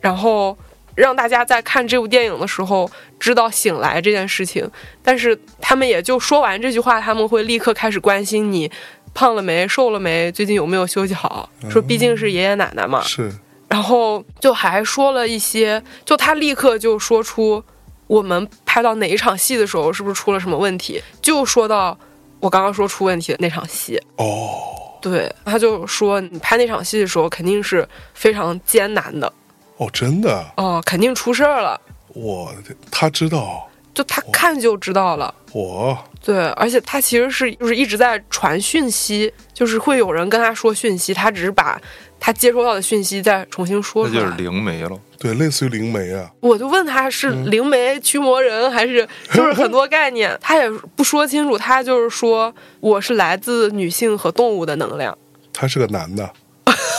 S1: 然后让大家在看这部电影的时候知道醒来这件事情。但是他们也就说完这句话，他们会立刻开始关心你。胖了没？瘦了没？最近有没有休息好？说毕竟是爷爷奶奶嘛，
S2: 嗯是
S1: 然后就还说了一些，就他立刻就说出我们拍到哪一场戏的时候是不是出了什么问题，就说到我刚刚说出问题的那场戏，
S2: 哦，
S1: 对，他就说你拍那场戏的时候肯定是非常艰难的，
S2: 哦，真的，
S1: 哦，肯定出事儿了，
S2: 我的天他知道
S1: 就他看就知道了。
S2: 我
S1: 对，而且他其实是就是一直在传讯息，就是会有人跟他说讯息，他只是把他接收到的讯息再重新说
S3: 那
S1: 出
S3: 就是
S1: 来。
S3: 灵媒了。
S2: 对类似于灵媒啊，
S1: 我就问他是
S3: 嗯
S1: 灵媒、驱魔人还 是就是很多概念，他也不说清楚，他就是说我是来自女性和动物的能量。
S2: 他是个男的，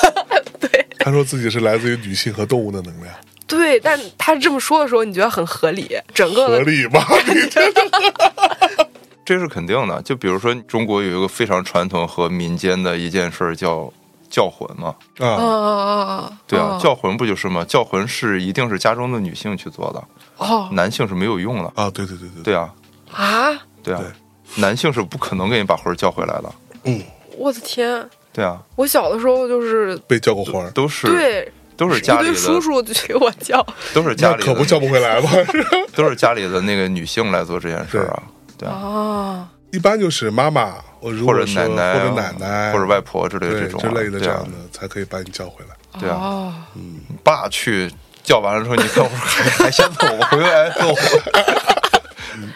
S1: 对
S2: 他说自己是来自于女性和动物的能量，
S1: 对，但他这么说的时候，你觉得很合理，整
S2: 合
S1: 个的
S2: 理吧？ 你这
S3: 这是肯定的。就比如说，中国有一个非常传统和民间的一件事儿叫叫魂嘛，
S1: 啊
S2: 啊，
S1: 啊
S3: 对啊，
S1: 哦
S3: 叫魂不就是吗？叫魂是一定是家中的女性去做的，
S1: 哦
S3: 男性是没有用的。
S2: 啊，对对对对，
S3: 对啊，
S1: 啊，
S3: 对啊，
S2: 对
S3: 男性是不可能给你把魂儿叫回来的。
S2: 嗯，
S1: 我的天！
S3: 对啊，
S1: 我小的时候就是
S2: 被叫过花儿，
S3: 都是
S1: 对
S3: 都是
S1: 一
S3: 家里
S1: 堆
S3: 的，
S1: 叔叔就给我叫，
S3: 都是家
S2: 那
S3: 里
S2: 可
S3: 的
S2: 不叫不回来吧？
S3: 都是家里的那个女性来做这件事儿啊。对啊，
S1: 哦，
S2: 一般就是妈妈，我如
S3: 或
S2: 果
S3: 者
S2: 说
S3: 奶奶啊，
S2: 或者奶奶
S3: 或者外婆之类的
S2: 对
S3: 这种啊
S2: 之类的这
S3: 对啊
S2: 样的，才可以把你叫回来。
S3: 对啊
S1: 哦，
S3: 你爸去叫完了之后，你看我还还先走回来 揍我。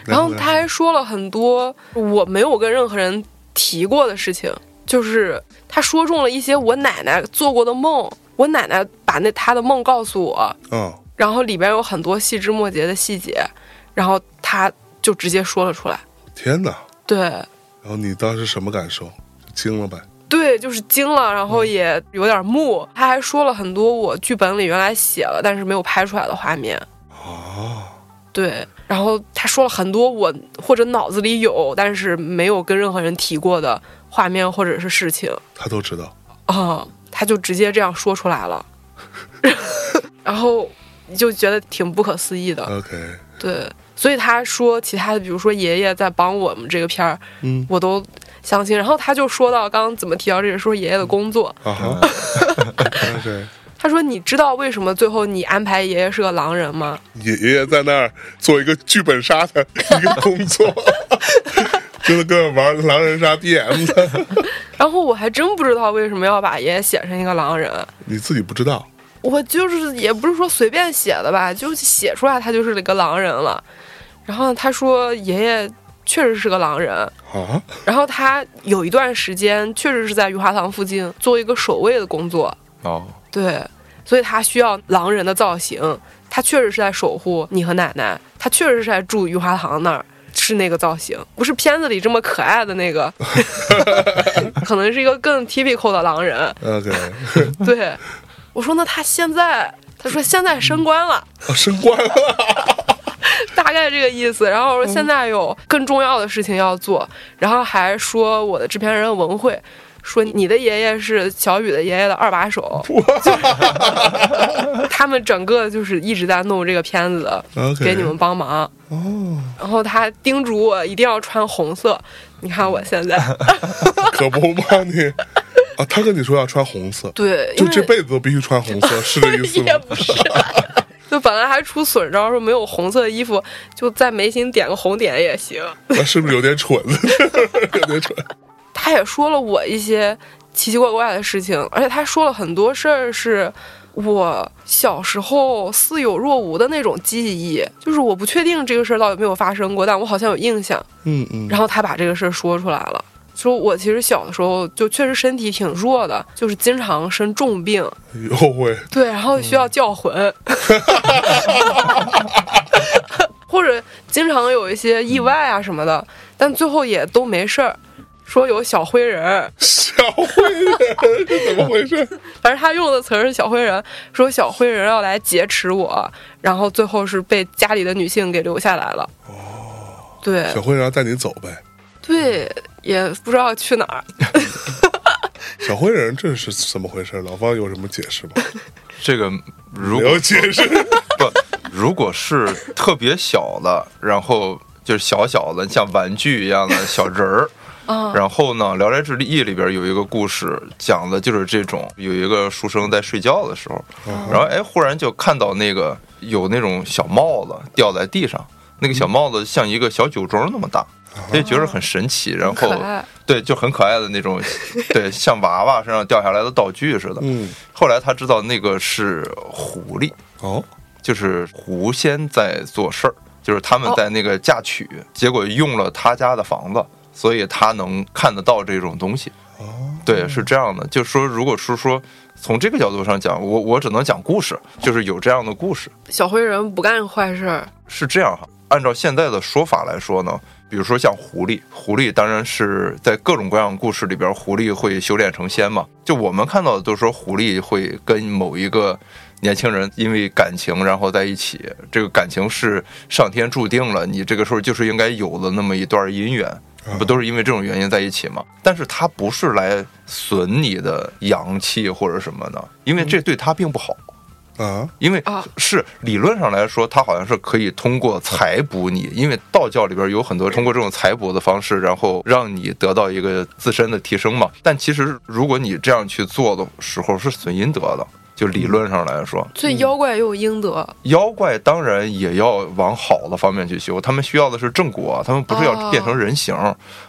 S1: 然后
S2: 呢
S1: 他还说了很多我没有跟任何人提过的事情，就是他说中了一些我奶奶做过的梦，我奶奶把那她的梦告诉我，
S2: 嗯，
S1: 然后里边有很多细枝末节的细节，然后他就直接说了出来。
S2: 天哪！
S1: 对
S2: 然后你当时什么感受？惊了呗？
S1: 对，就是惊了，然后也有点木。他还说了很多我剧本里原来写了但是没有拍出来的画面。
S2: 啊，
S1: 对，然后他说了很多我或者脑子里有，但是没有跟任何人提过的画面或者是事情
S2: 他都知道。
S1: 啊、他就直接这样说出来了， 然后就觉得挺不可思议的，
S2: OK，
S1: 对，所以他说其他的，比如说爷爷在帮我们这个片儿，
S2: 嗯
S1: 我都相信。然后他就说到刚刚怎么提到这个，说爷爷的工作，
S2: 啊哈
S3: 嗯
S2: ，OK，
S1: 他说你知道为什么最后你安排爷爷是个狼人吗？
S2: 爷爷爷在那儿做一个剧本杀的 一个工作， 就是跟玩狼人杀 DM 的，
S1: 然后我还真不知道为什么要把爷爷写成一个狼人。
S2: 你自己不知道。
S1: 我就是也不是说随便写的吧，就写出来他就是个狼人了。然后他说爷爷确实是个狼人，
S2: 啊，
S1: 然后他有一段时间确实是在雨花堂附近做一个守卫的工作，
S3: 哦，
S1: 对，所以他需要狼人的造型，他确实是在守护你和奶奶，他确实是在住雨花堂那儿。是那个造型，不是片子里这么可爱的那个， 可能是一个更 typical 的狼人。
S2: OK，啊
S1: 对，我说那他现在，他说现在升官了，
S2: 啊升官了，
S1: 大概这个意思。然后我
S2: 嗯
S1: 说现在有更重要的事情要做，然后还说我的制片人文慧说你的爷爷是小雨的爷爷的二把手，就是 他们整个就是一直在弄这个片子，
S2: OK
S1: 给你们帮忙。
S2: 哦，
S1: 然后他叮嘱我一定要穿红色，你看我现 在
S2: 可不嘛你啊，他跟你说要穿红色，
S1: 对，
S2: 就
S1: 因为
S2: 这辈子都必须穿红色，是这意思
S1: 也
S2: 吗？
S1: 不 是，就本来还出损招说没有红色衣服，就在眉心点个红点也行。
S2: 那是不是有点蠢？ 有点蠢。
S1: 他也说了我一些奇奇怪怪的事情，而且他说了很多事儿是我小时候似有若无的那种记忆，就是我不确定这个事儿到底有没有发生过，但我好像有印象。
S2: 嗯嗯
S1: 然后他把这个事儿说出来了。说我其实小的时候就确实身体挺弱的，就是经常生重病，
S2: 后悔
S1: 对，然后
S3: 嗯
S1: 需要叫魂， 或者经常有一些意外啊什么的，但最后也都没事儿。说有小灰人儿，
S2: 小慧人是怎么回事？
S1: 反正他用的词儿是小灰人，说小灰人要来劫持我，然后最后是被家里的女性给留下来了。哦，对
S2: 小慧人要带你走呗。
S1: 对，也不知道去哪儿。
S2: 小灰人这是怎么回事？老方有什么解释吗？
S3: 这个如
S2: 没
S3: 果
S2: 有解 释。
S3: 不，如果是特别小的，然后就是小小的，像玩具一样的小人 儿。
S1: 嗯
S3: 然后呢，《聊斋志异》里边有一个故事，讲的就是这种，有一个书生在睡觉的时候，然后哎，忽然就看到那个有那种小帽子掉在地上，那个小帽子像一个小酒盅那么大，所以觉得很神奇。然后
S1: 可爱
S3: 对，就很可爱的那种， 对，像娃娃身上掉下来的道具似的。
S2: 嗯，
S3: 后来他知道那个是狐狸，
S2: 哦，
S3: 就是狐仙在做事儿，就是他们
S1: 哦
S3: 在那个嫁娶，结果用了他家的房子，所以他能看得到这种东西。
S2: 哦，
S3: 对，是这样的。就说如果是说从这个角度上讲，我我只能讲故事，就是有这样的故事。
S1: 小灰人不干坏事儿，
S3: 是这样哈，按照现在的说法来说呢，比如说像狐狸，狐狸当然是在各种各样的故事里边，狐狸会修炼成仙嘛。就我们看到的都说狐狸会跟某一个年轻人因为感情然后在一起，这个感情是上天注定了，你这个时候就是应该有的那么一段姻缘。不都是因为这种原因在一起吗？但是它不是来损你的阳气或者什么的，因为这对他并不好。
S2: 啊，
S3: 因为
S1: 啊
S3: 是理论上来说，它好像是可以通过采补你，因为道教里边有很多通过这种采补的方式，然后让你得到一个自身的提升嘛。但其实如果你这样去做的时候，是损阴德的。就理论上来说，
S1: 所以妖怪也有阴德。
S3: 妖怪当然也要往好的方面去修，他们需要的是正果，他们不是要
S1: 哦
S3: 变成人形，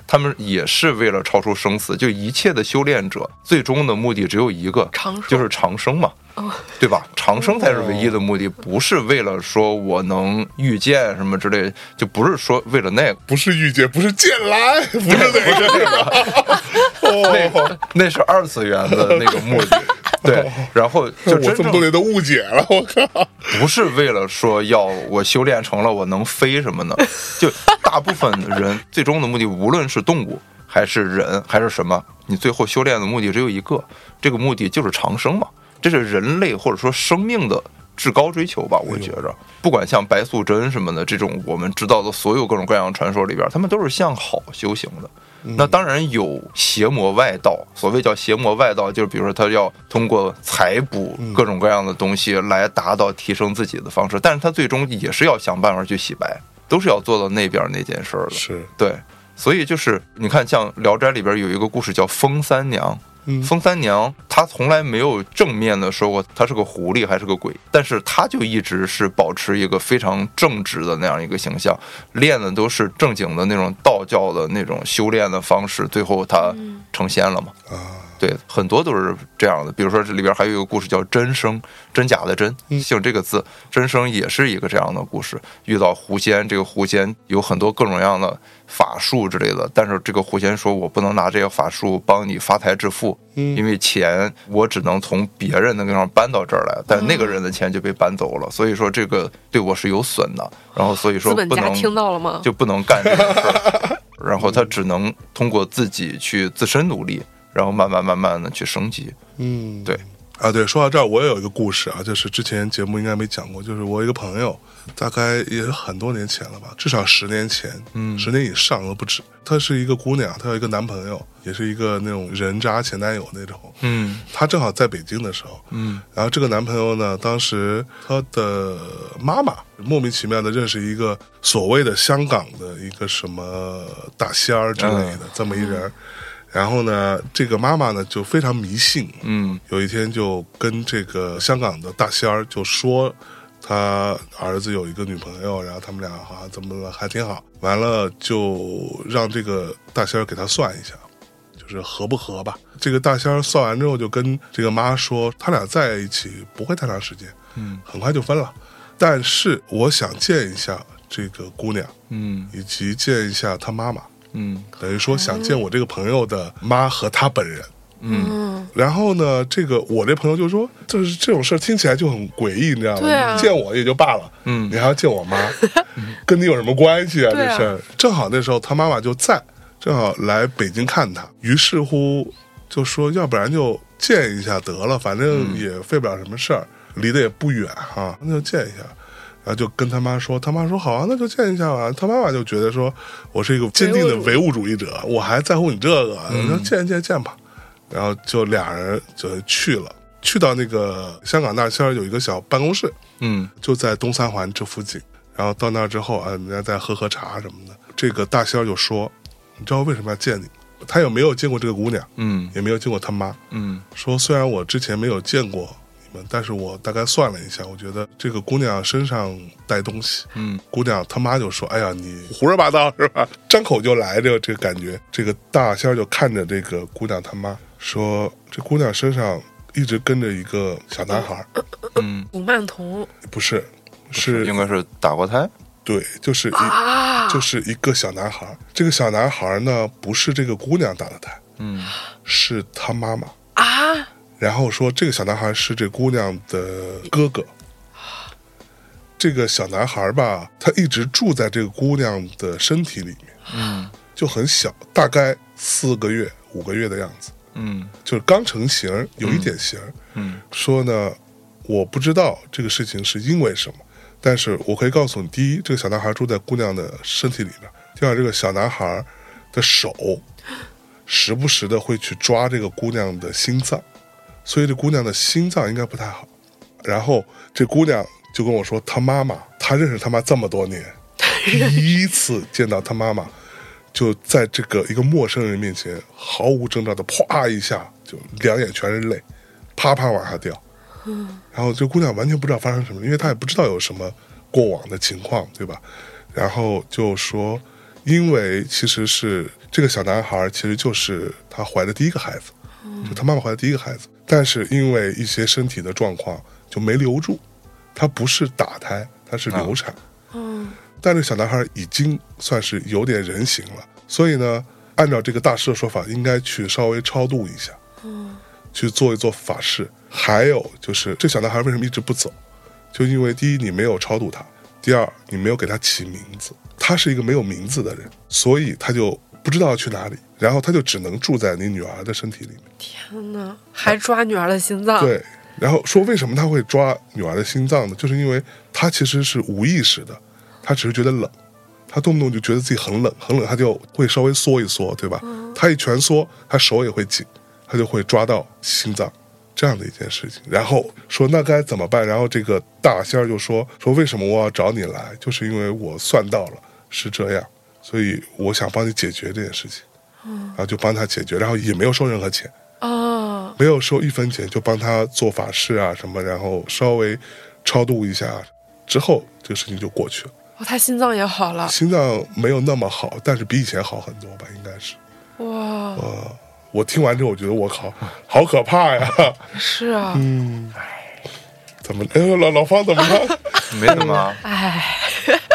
S3: 他们也是为了超出生死。就一切的修炼者，最终的目的只有一个，
S1: 长寿
S3: 就是长生嘛，
S1: 哦
S3: 对吧？长生才是唯一的目的，不是为了说我能遇见什么之类，就不是说为了那个，
S2: 不是御姐，不是剑兰，不是哪个这个，
S3: 那
S2: 哦，
S3: 个那是二次元的那个目 的。对，然后就
S2: 我
S3: 真
S2: 这么
S3: 正
S2: 多年都误解了，我靠，
S3: 不是为了说要我修炼成了我能飞什么的，就大部分人最终的目的，无论是动物还是人还是什么，你最后修炼的目的只有一个，这个目的就是长生嘛，这是人类或者说生命的至高追求吧，我觉着。不管像白素贞什么的这种我们知道的所有各种各样的传说里边，他们都是向好修行的。
S2: 嗯
S3: 那当然有邪魔外道，所谓叫邪魔外道，就是比如说他要通过采补各种各样的东西来达到提升自己的方式，但是他最终也是要想办法去洗白，都是要做到那边那件事儿的。
S2: 是，
S3: 对，所以就是你看，像《聊斋》里边有一个故事叫封三娘。
S2: 嗯
S3: 封三娘她从来没有正面的说过她是个狐狸还是个鬼，但是她就一直是保持一个非常正直的那样一个形象，练的都是正经的那种道教的那种修炼的方式，最后她成仙了嘛。
S2: 啊，
S3: 对，很多都是这样的。比如说这里边还有一个故事叫“真生”，真假的真，姓这个字，真生也是一个这样的故事。遇到狐仙，这个狐仙有很多各种各样的法术之类的，但是这个狐仙说：“我不能拿这个法术帮你发财致富，因为钱我只能从别人那个地方搬到这儿来，但那个人的钱就被搬走了，所以说这个对我是有损的。然后所以说
S1: 资本
S3: 不
S1: 家
S3: 能
S1: 听到了吗？
S3: 就不能干这种事儿，然后他只能通过自己去自身努力，然后慢慢慢慢的去升级。
S2: 嗯，
S3: 对，
S2: 啊，对，说到这儿，我也有一个故事啊，就是之前节目应该没讲过，就是我有一个朋友，大概也是很多年前了吧，至少十年前，嗯，十年以上都不止。她是一个姑娘，她有一个男朋友，也是一个那种人渣前男友那种。
S3: 嗯
S2: 她正好在北京的时候，
S3: 嗯，
S2: 然后这个男朋友呢，当时她的妈妈莫名其妙的认识一个所谓的香港的一个什么大仙儿之类的、这么一人儿，然后呢，这个妈妈呢就非常迷信，
S3: 嗯
S2: 有一天就跟这个香港的大仙儿就说，他儿子有一个女朋友，然后他们俩好像怎么了还挺好，完了就让这个大仙儿给他算一下，就是合不合吧。这个大仙儿算完之后就跟这个妈说，他俩在一起不会太长时间，
S3: 嗯
S2: 很快就分了。但是我想见一下这个姑娘，
S3: 嗯
S2: 以及见一下她妈妈，
S3: 嗯
S2: 等于说想见我这个朋友的妈和她本人。
S3: 嗯，
S1: 嗯，
S2: 然后呢，这个我这朋友就说，就是这种事儿听起来就很诡异，你知道吗？
S1: 对啊
S2: 你见我也就罢了，
S3: 嗯
S2: 你还要见我妈，跟你有什么关系啊？
S1: 对啊
S2: 这事儿正好那时候他妈妈就在，正好来北京看他，于是乎就说，要不然就见一下得了，反正也费不了什么事儿，离得也不远哈、那就见一下。然后就跟他妈说，他妈说好啊，那就见一下吧。他妈妈就觉得说，我是一个坚定的唯物主义者，我还在乎你这个，那、见见见吧。然后就俩人就去了，去到那个香港大仙儿有一个小办公室，
S3: 嗯
S2: 就在东三环这附近。然后到那儿之后啊，人家再喝喝茶什么的。这个大仙儿就说：“你知道为什么要见你？他也没有见过这个姑娘，
S3: 嗯
S2: 也没有见过他妈。
S3: 嗯
S2: 说虽然我之前没有见过你们，但是我大概算了一下，我觉得这个姑娘身上带东西，
S3: 嗯，
S2: 姑娘他妈就说：“哎呀，你胡说八道是吧？”张口就来这个这个感觉。这个大仙儿就看着这个姑娘他妈说：“这姑娘身上一直跟着一个小男孩儿，
S3: 嗯，
S1: 古曼童
S2: 不是，是
S3: 应该是打过胎，
S2: 对，就是一
S1: 啊，
S2: 就是一个小男孩儿。这个小男孩儿呢，不是这个姑娘打的胎，
S3: 嗯
S2: 是他妈妈。
S1: 啊，
S2: 然后说这个小男孩是这姑娘的哥哥。这个小男孩吧，他一直住在这个姑娘的身体里面，
S3: 嗯
S2: 就很小，大概四个月、五个月的样子，
S3: 嗯
S2: 就是刚成型儿，有一点型儿。
S3: 嗯
S2: 说呢，我不知道这个事情是因为什么，但是我可以告诉你，第一，这个小男孩住在姑娘的身体里边；第二，这个小男孩的手时不时的会去抓这个姑娘的心脏，所以这姑娘的心脏应该不太好。然后这姑娘就跟我说，她妈妈，她认识她妈这么多年，第一次见到她妈妈。就在这个一个陌生人面前，毫无征兆的啪一下，就两眼全是泪，啪啪往下掉。然后这姑娘完全不知道发生什么，因为她也不知道有什么过往的情况，对吧？然后就说，因为其实是这个小男孩，其实就是她怀的第一个孩子，就她妈妈怀的第一个孩子，但是因为一些身体的状况就没留住，她不是打胎，她是流产。
S1: 嗯
S2: 但这个小男孩已经算是有点人形了，所以呢，按照这个大师的说法，应该去稍微超度一下，
S1: 嗯
S2: 去做一做法事。还有就是，这小男孩为什么一直不走？就因为第一，你没有超度他；第二，你没有给他起名字。他是一个没有名字的人，所以他就不知道要去哪里，然后他就只能住在你女儿的身体里面。
S1: 天哪，还抓女儿的心脏，
S2: 对，然后说为什么他会抓女儿的心脏呢？就是因为他其实是无意识的，他只是觉得冷，他动不动就觉得自己很冷，很冷，他就会稍微缩一缩，对吧？他一蜷缩，他手也会紧，他就会抓到心脏。这样的一件事情，然后说那该怎么办？然后这个大仙儿就说说为什么我要找你来，就是因为我算到了是这样，所以我想帮你解决这件事情，然后就帮他解决，然后也没有收任何钱，
S1: 啊，
S2: 没有收一分钱，就帮他做法事啊什么，然后稍微超度一下，之后这个事情就过去了。
S1: 哦，他心脏也好了，
S2: 心脏没有那么好，但是比以前好很多吧，应该是。
S1: 哇，
S2: 我听完之后，我觉得我靠，好可怕呀！
S1: 是啊，
S2: 嗯怎么，哎呦，老老方怎么了？
S3: 没什么啊，
S1: 哎，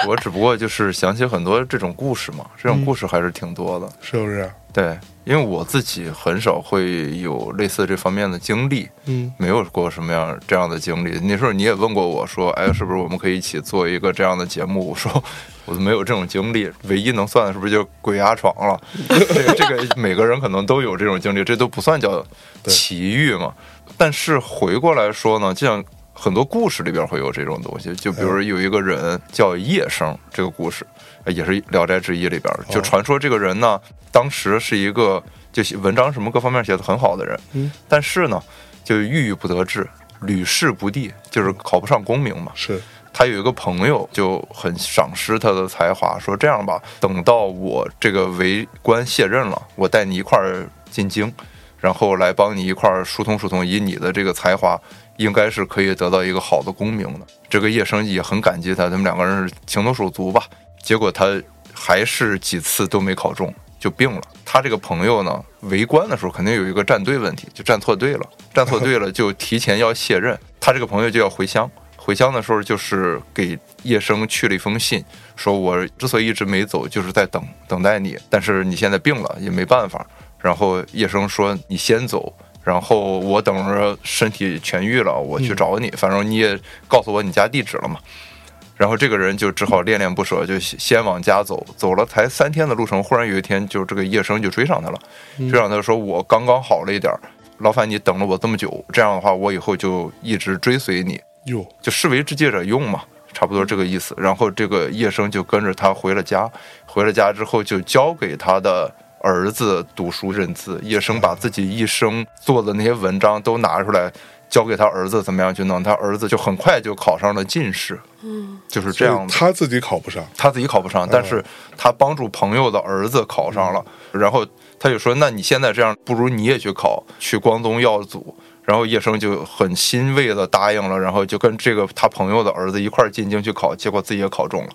S3: 我只不过就是想起很多这种故事嘛，这种故事还是挺多的。
S2: 是不是？
S3: 对，因为我自己很少会有类似这方面的经历，
S2: 嗯
S3: 没有过什么样这样的经历。那时候你也问过我说，哎，是不是我们可以一起做一个这样的节目？我说我都没有这种经历，唯一能算的是不是就是鬼压床了？这个这个每个人可能都有这种经历，这都不算叫奇遇嘛。但是回过来说呢，就像。很多故事里边会有这种东西，就比如有一个人叫叶生，这个故事呃也是《聊斋志异》里边，就传说这个人呢，当时是一个就写文章什么各方面写的很好的人，
S2: 嗯，
S3: 但是呢，就郁郁不得志，屡试不第，就是考不上功名嘛。
S2: 是，
S3: 他有一个朋友就很赏识他的才华，说这样吧，等到我这个为官卸任了，我带你一块儿进京，然后来帮你一块儿疏通疏通，以你的这个才华，应该是可以得到一个好的功名的。这个叶生也很感激他，他们两个人是情同手足吧。结果他还是几次都没考中，就病了。他这个朋友呢，为官的时候肯定有一个站队问题，就站错队了，站错队了就提前要卸任。他这个朋友就要回乡，回乡的时候就是给叶生去了一封信，说我之所以一直没走，就是在等等待你，但是你现在病了也没办法。然后叶生说你先走。然后我等着身体痊愈了，我去找你。反正你也告诉我你家地址了嘛。然后这个人就只好恋恋不舍，就先往家走。走了才三天的路程，忽然有一天，就这个叶生就追上他了，追上他说：“我刚刚好了一点儿，劳烦你等了我这么久，这样的话，我以后就一直追随你，
S2: 哟，
S3: 就士为知己者用嘛，差不多这个意思。”然后这个叶生就跟着他回了家，回了家之后就交给他的。儿子读书认字，叶生把自己一生做的那些文章都拿出来，交给他儿子怎么样去弄，他儿子就很快就考上了进士，
S1: 嗯，
S3: 就是这样的。
S2: 他自己考不上，
S3: 他自己考不
S2: 嗯
S3: 上，但是他帮助朋友的儿子考
S2: 嗯
S3: 上了，然后他就说：“那你现在这样，不如你也去考，去光宗耀祖。”然后叶生就很欣慰的答应了，然后就跟这个他朋友的儿子一块儿进京去考，结果自己也考中了。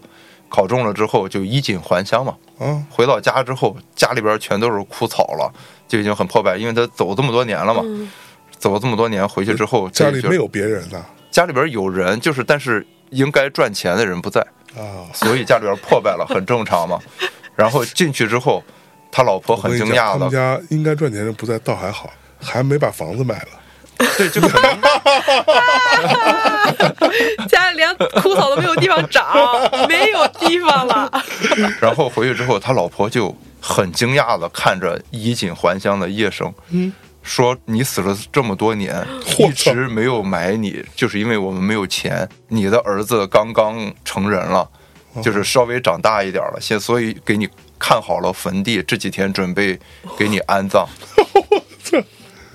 S3: 考中了之后就衣锦还乡嘛，
S2: 啊，
S3: 回到家之后家里边全都是枯草了，就已经很破败，因为他走这么多年了嘛，
S1: 嗯
S3: 走了这么多年回去之后，
S2: 家
S3: 这
S2: 里
S3: 就
S2: 没有别人啊呐
S3: 家里边有人，就是但是应该赚钱的人不在，
S2: 啊，
S3: 所以家里边破败了，很正常嘛。然后进去之后，他老婆
S2: 我
S3: 很
S2: 跟你
S3: 惊
S2: 讲
S3: 讶
S2: 他们
S3: 的，
S2: 家应该赚钱人不在，倒还好，还没把房子卖了。
S3: 对，就可能
S1: 家里连枯草都没有地方长， 没有地方了。
S3: 然后回去之后，他老婆就很惊讶的看着衣锦还乡的叶生，嗯，说你死了这么多年，
S2: 我
S3: 一直没有埋你，就是因为我们没有钱。你的儿子刚刚成人了，就是稍微长大一点了，现所以给你看好了坟地，这几天准备给你安葬。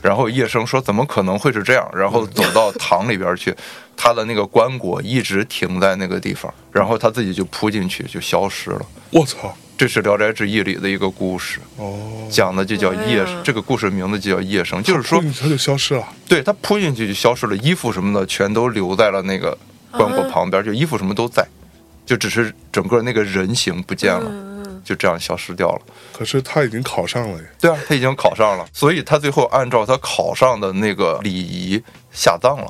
S3: 然后叶生说：“怎么可能会是这样？”然后走到堂里边去，他的那个棺椁一直停在那个地方，然后他自己就扑进去，就消失了。
S2: 我操！
S3: 这是《聊斋志异》里的一个故事，
S2: 哦，
S3: 讲的就叫夜
S1: 哎呀，
S3: 这个故事名字就叫夜生，就是说，
S2: 他就消失了。
S3: 对他扑进去就消失了，衣服什么的全都留在了那个棺椁旁边，就衣服什么都在，就只是整个那个人形不见了，就这样消失掉了。
S2: 可是他已经考上了耶，
S3: 对啊，他已经考上了，所以他最后按照他考上的那个礼仪下葬了，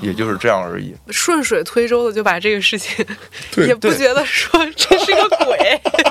S3: 也就是这样而已。
S1: 顺水推舟的就把这个事情，
S2: 对
S1: 也不
S3: 对
S1: 觉得说这是个 鬼。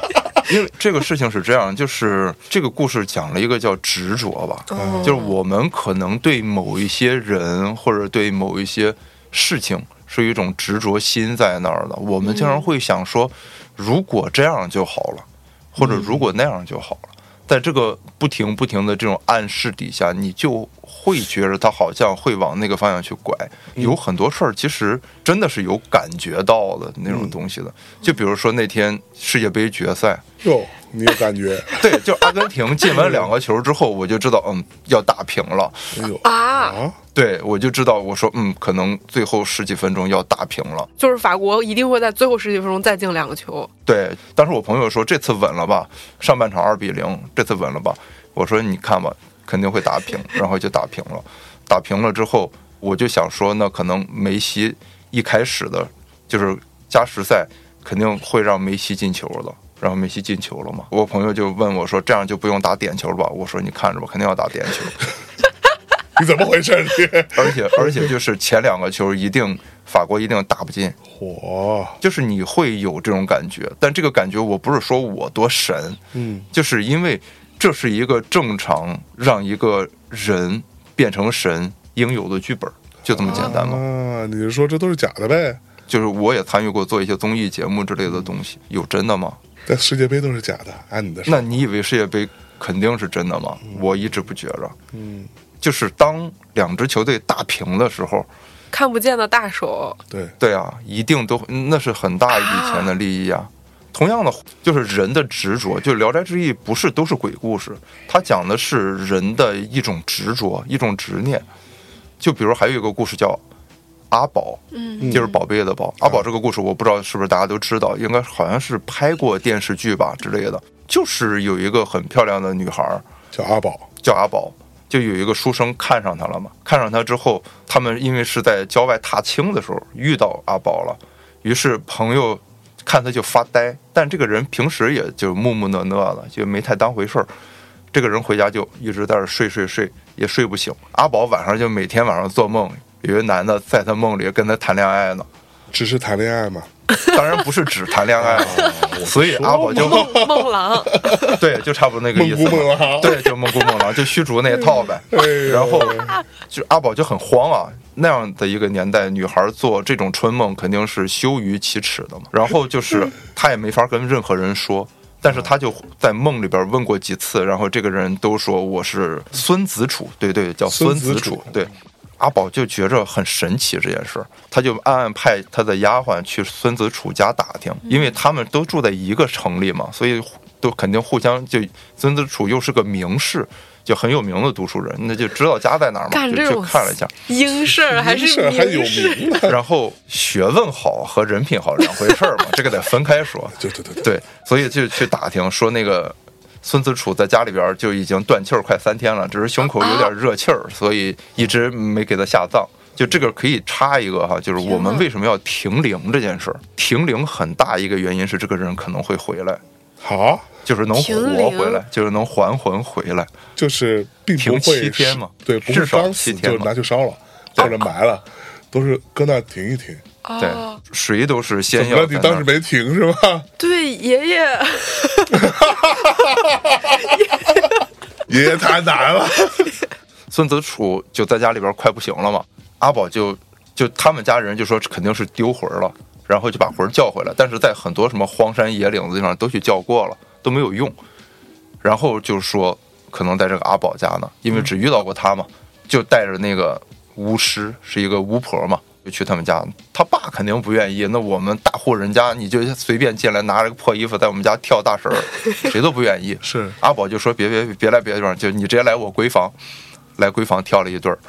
S3: 因为这个事情是这样，就是这个故事讲了一个叫执着吧，
S1: 哦
S3: 就是我们可能对某一些人或者对某一些事情是有一种执着心在那儿的，我们经常会想说，如果这样就好了，或者如果那样就好了，在这个不停不停的这种暗示底下，你就会觉得他好像会往那个方向去拐。有很多事儿其实真的是有感觉到的那种东西的，就比如说那天世界杯决赛。
S2: 哟，你有感 觉？
S3: 对，就阿根廷进完两个球之后，我就知道，嗯，要打平了。
S2: 哎呦
S1: 啊，
S2: 啊！
S3: 对，我就知道，我说，嗯，可能最后十几分钟要打平了。
S1: 就是法国一定会在最后十几分钟再进两个球。
S3: 对，当时我朋友说这次稳了吧，上半场二比零，这次稳了吧？我说你看吧，肯定会打平，然后就打平了。打平了之后，我就想说，那可能梅西一开始的，就是加时赛肯定会让梅西进球的。然后梅西进球了嘛？我朋友就问我说：“这样就不用打点球了吧？”我说：“你看着吧，肯定要打点球。”
S2: 你怎么回事儿？你
S3: 而且而且就是前两个球一定法国一定打不进，
S2: 火
S3: 就是你会有这种感觉，但这个感觉我不是说我多神，
S2: 嗯，
S3: 就是因为这是一个正常让一个人变成神应有的剧本，就这么简单嘛。
S2: 啊！你是说这都是假的呗？
S3: 就是我也参与过做一些综艺节目之类的东西，有真的吗？
S2: 但世界杯都是假的，按你的说，
S3: 那你以为世界杯肯定是真的吗？我一直不觉着，
S2: 嗯，
S3: 就是当两支球队打平的时候，
S1: 看不见的大手，
S2: 对，
S3: 对啊，一定都那是很大一笔钱的利益啊。同样的，就是人的执着，就《聊斋志异》不是都是鬼故事，它讲的是人的一种执着，一种执念。就比如还有一个故事叫阿宝，
S1: 嗯
S3: 就是宝贝的宝。阿宝这个故事，我不知道是不是大家都知道，应该好像是拍过电视剧吧之类的。就是有一个很漂亮的女孩儿，
S2: 叫阿宝，
S3: 叫阿宝，就有一个书生看上她了嘛。看上她之后，他们因为是在郊外踏青的时候遇到阿宝了，于是朋友看他就发呆，但这个人平时也就木木讷讷的，就没太当回事儿。这个人回家就一直在那儿睡睡睡，也睡不醒。阿宝晚上就每天晚上做梦，有一个男的在他梦里跟他谈恋爱呢，
S2: 只是谈恋爱嘛。
S3: 当然不是只谈恋爱了，所以阿宝就
S1: 梦梦郎，
S3: 对，就差不多那个意思嘛。
S2: 梦啊姑梦郎
S3: 对，就梦姑梦郎，就虚竹那一套呗。
S2: 哎
S3: 然后就阿宝就很慌啊，那样的一个年代，女孩做这种春梦肯定是羞于启齿的嘛。然后就是她也没法跟任何人说。但是她就在梦里边问过几次，然后这个人都说我是孙子楚，对对，叫孙
S2: 孙
S3: 子
S2: 子
S3: 楚
S2: 楚，
S3: 对。阿宝就觉着很神奇这件事儿，他就暗暗派他的丫鬟去孙子楚家打听，
S1: 嗯
S3: 因为他们都住在一个城里嘛，所以都肯定互相就孙子楚又是个名士，就很有名的读书人，那就知道家在哪儿嘛，
S1: 干
S3: 就
S1: 这
S3: 去
S1: 种
S3: 看了一下，
S1: 英式儿还
S2: 事
S1: 是
S2: 儿还有
S1: 明式儿？
S2: 名呢？
S3: 然后学问好和人品好两回事儿嘛，这个得分开说。
S2: 对对对对，
S3: 对，所以就去打听，说那个孙子楚在家里边就已经断气儿快三天了，只是胸口有
S1: 哦
S3: 点热气儿，所以一直没给他下葬。就这个可以插一个哈，就是我们为什么要停灵这件事儿？停灵很大一个原因是这个人可能会回来，
S2: 好，
S3: 就是能
S1: 停
S3: 活
S1: 灵
S3: 回来，就是能还魂回来。
S2: 就是并不
S3: 停
S2: 会
S3: 七天
S2: 是
S3: 嘛
S2: 对，不
S3: 至
S2: 是
S3: 少
S2: 刚死
S3: 七天
S2: 就
S3: 嘛啊
S2: 拿去烧了或者埋了，都是搁那停一停。
S3: 对
S1: 哦，，
S3: 谁都是
S2: 怎
S3: 先
S2: 么
S3: 要
S2: 了？你
S3: 在那
S2: 当时
S3: 儿。
S2: 没停是吧？
S1: 对爷爷，
S2: 爷爷太难了，
S3: 孙子楚就在家里边快不行了嘛，阿宝就就他们家人就说肯定是丢魂了，然后就把魂叫回来，但是在很多什么荒山野岭子地方都去叫过了，都没有用。然后就说可能在这个阿宝家呢，因为只遇到过他嘛，就带着那个巫师是一个巫婆嘛，就去他们家。他爸肯定不愿意，那我们大户人家你就随便进来拿着个破衣服在我们家跳大神儿，谁都不愿意。
S2: 是
S3: 阿宝就说别别别来别的地方，就你直接来我闺房，来闺房跳了一对儿，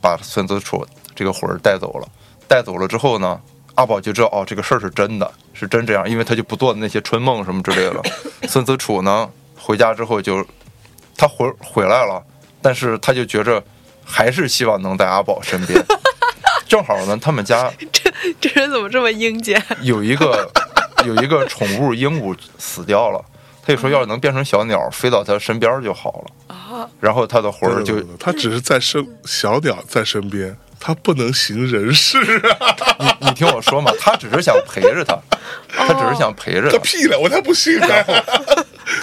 S3: 把孙子楚这个魂儿带走了。带走了之后呢，阿宝就知道哦，这个事儿是真的，是真这样，因为他就不做那些春梦什么之类的了。孙子楚呢，回家之后就他回回来了，但是他就觉着还是希望能在阿宝身边。正好呢，他们家
S1: 这这人怎么这么英杰？
S3: 有一个 有一个宠物鹦鹉死掉了，他就说要是能变成小鸟飞到他身边儿就好了。
S1: 啊
S3: 然后他的魂儿就
S2: 他只是在身小鸟在身边，他不能行人事啊！
S3: 你你听我说嘛，他只是想陪着
S1: 哦
S3: 他，他只是想陪着
S2: 他
S3: 他，
S2: 屁了，我才不信 呢！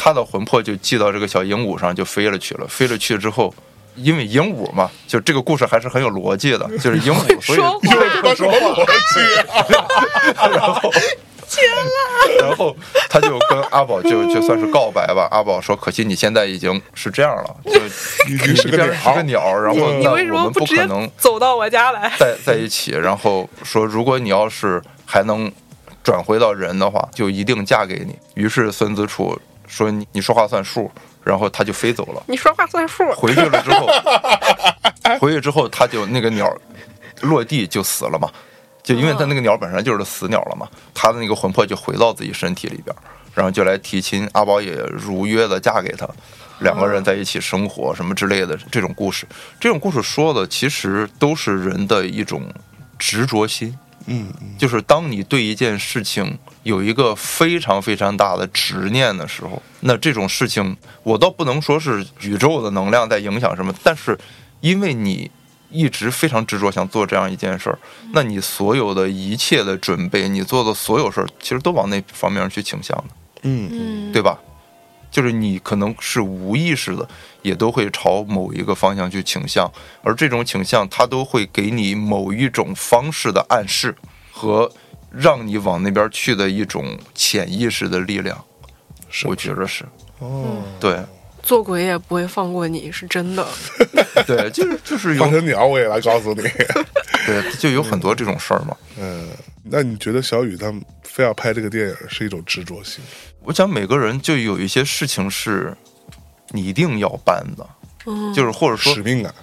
S3: 他的魂魄就寄到这个小鹦鹉上，就飞了去了。飞了去之后，因为鹦鹉嘛，就这个故事还是很有逻辑的，就是鹦鹉，所以
S1: 嗯 说
S2: 你
S1: 话
S2: 们他妈什么逻辑啊？
S3: 然后他就跟阿宝就就算是告白吧。阿宝说：“可惜你现在已经是这样了，就
S2: 你
S3: 你
S2: 你 是
S3: 这
S2: 个
S3: 样是个
S2: 鸟，
S3: 鸟，然后
S1: 你
S3: 那
S1: 为什
S3: 我
S1: 么
S3: 们不
S1: 直
S3: 可
S1: 接
S3: 能
S1: 走到我家来？
S3: 在在一起。”然后说：“如果你要是还能转回到人的话，就一定嫁给你。”于是孙子楚说：“你你说话算数。”然后他就飞走了。
S1: 你说话算数。
S3: 回去了之后，回去之后他就那个鸟落地就死了嘛，就因为他那个鸟本身就是死鸟了嘛，他的那个魂魄就回到自己身体里边，然后就来提亲，阿宝也如约的嫁给他，两个人在一起生活什么之类的这种故事，这种故事说的其实都是人的一种执着心，
S2: 嗯嗯，
S3: 就是当你对一件事情有一个非常非常大的执念的时候，那这种事情我倒不能说是宇宙的能量在影响什么，但是因为你一直非常执着想做这样一件事儿，那你所有的一切的准备，你做的所有事儿，其实都往那方面去倾向的，
S2: 嗯，
S1: 嗯，
S3: 对吧？就是你可能是无意识的，也都会朝某一个方向去倾向，而这种倾向它都会给你某一种方式的暗示和让你往那边去的一种潜意识的力量，
S2: 是
S3: 我觉着是
S2: 哦，
S3: 对
S1: 做鬼也不会放过你，是真 的。
S3: 对，就是就是
S2: 换
S3: 有
S2: 成鸟我也来告诉你。
S3: 对就有很多这种事儿嘛。
S2: 嗯，那你觉得小雨他们非要拍这个电影是一种执着性？
S3: 我想每个人就有一些事情是你一定要办的，
S1: 嗯，
S3: 就是或者说
S2: 使命啊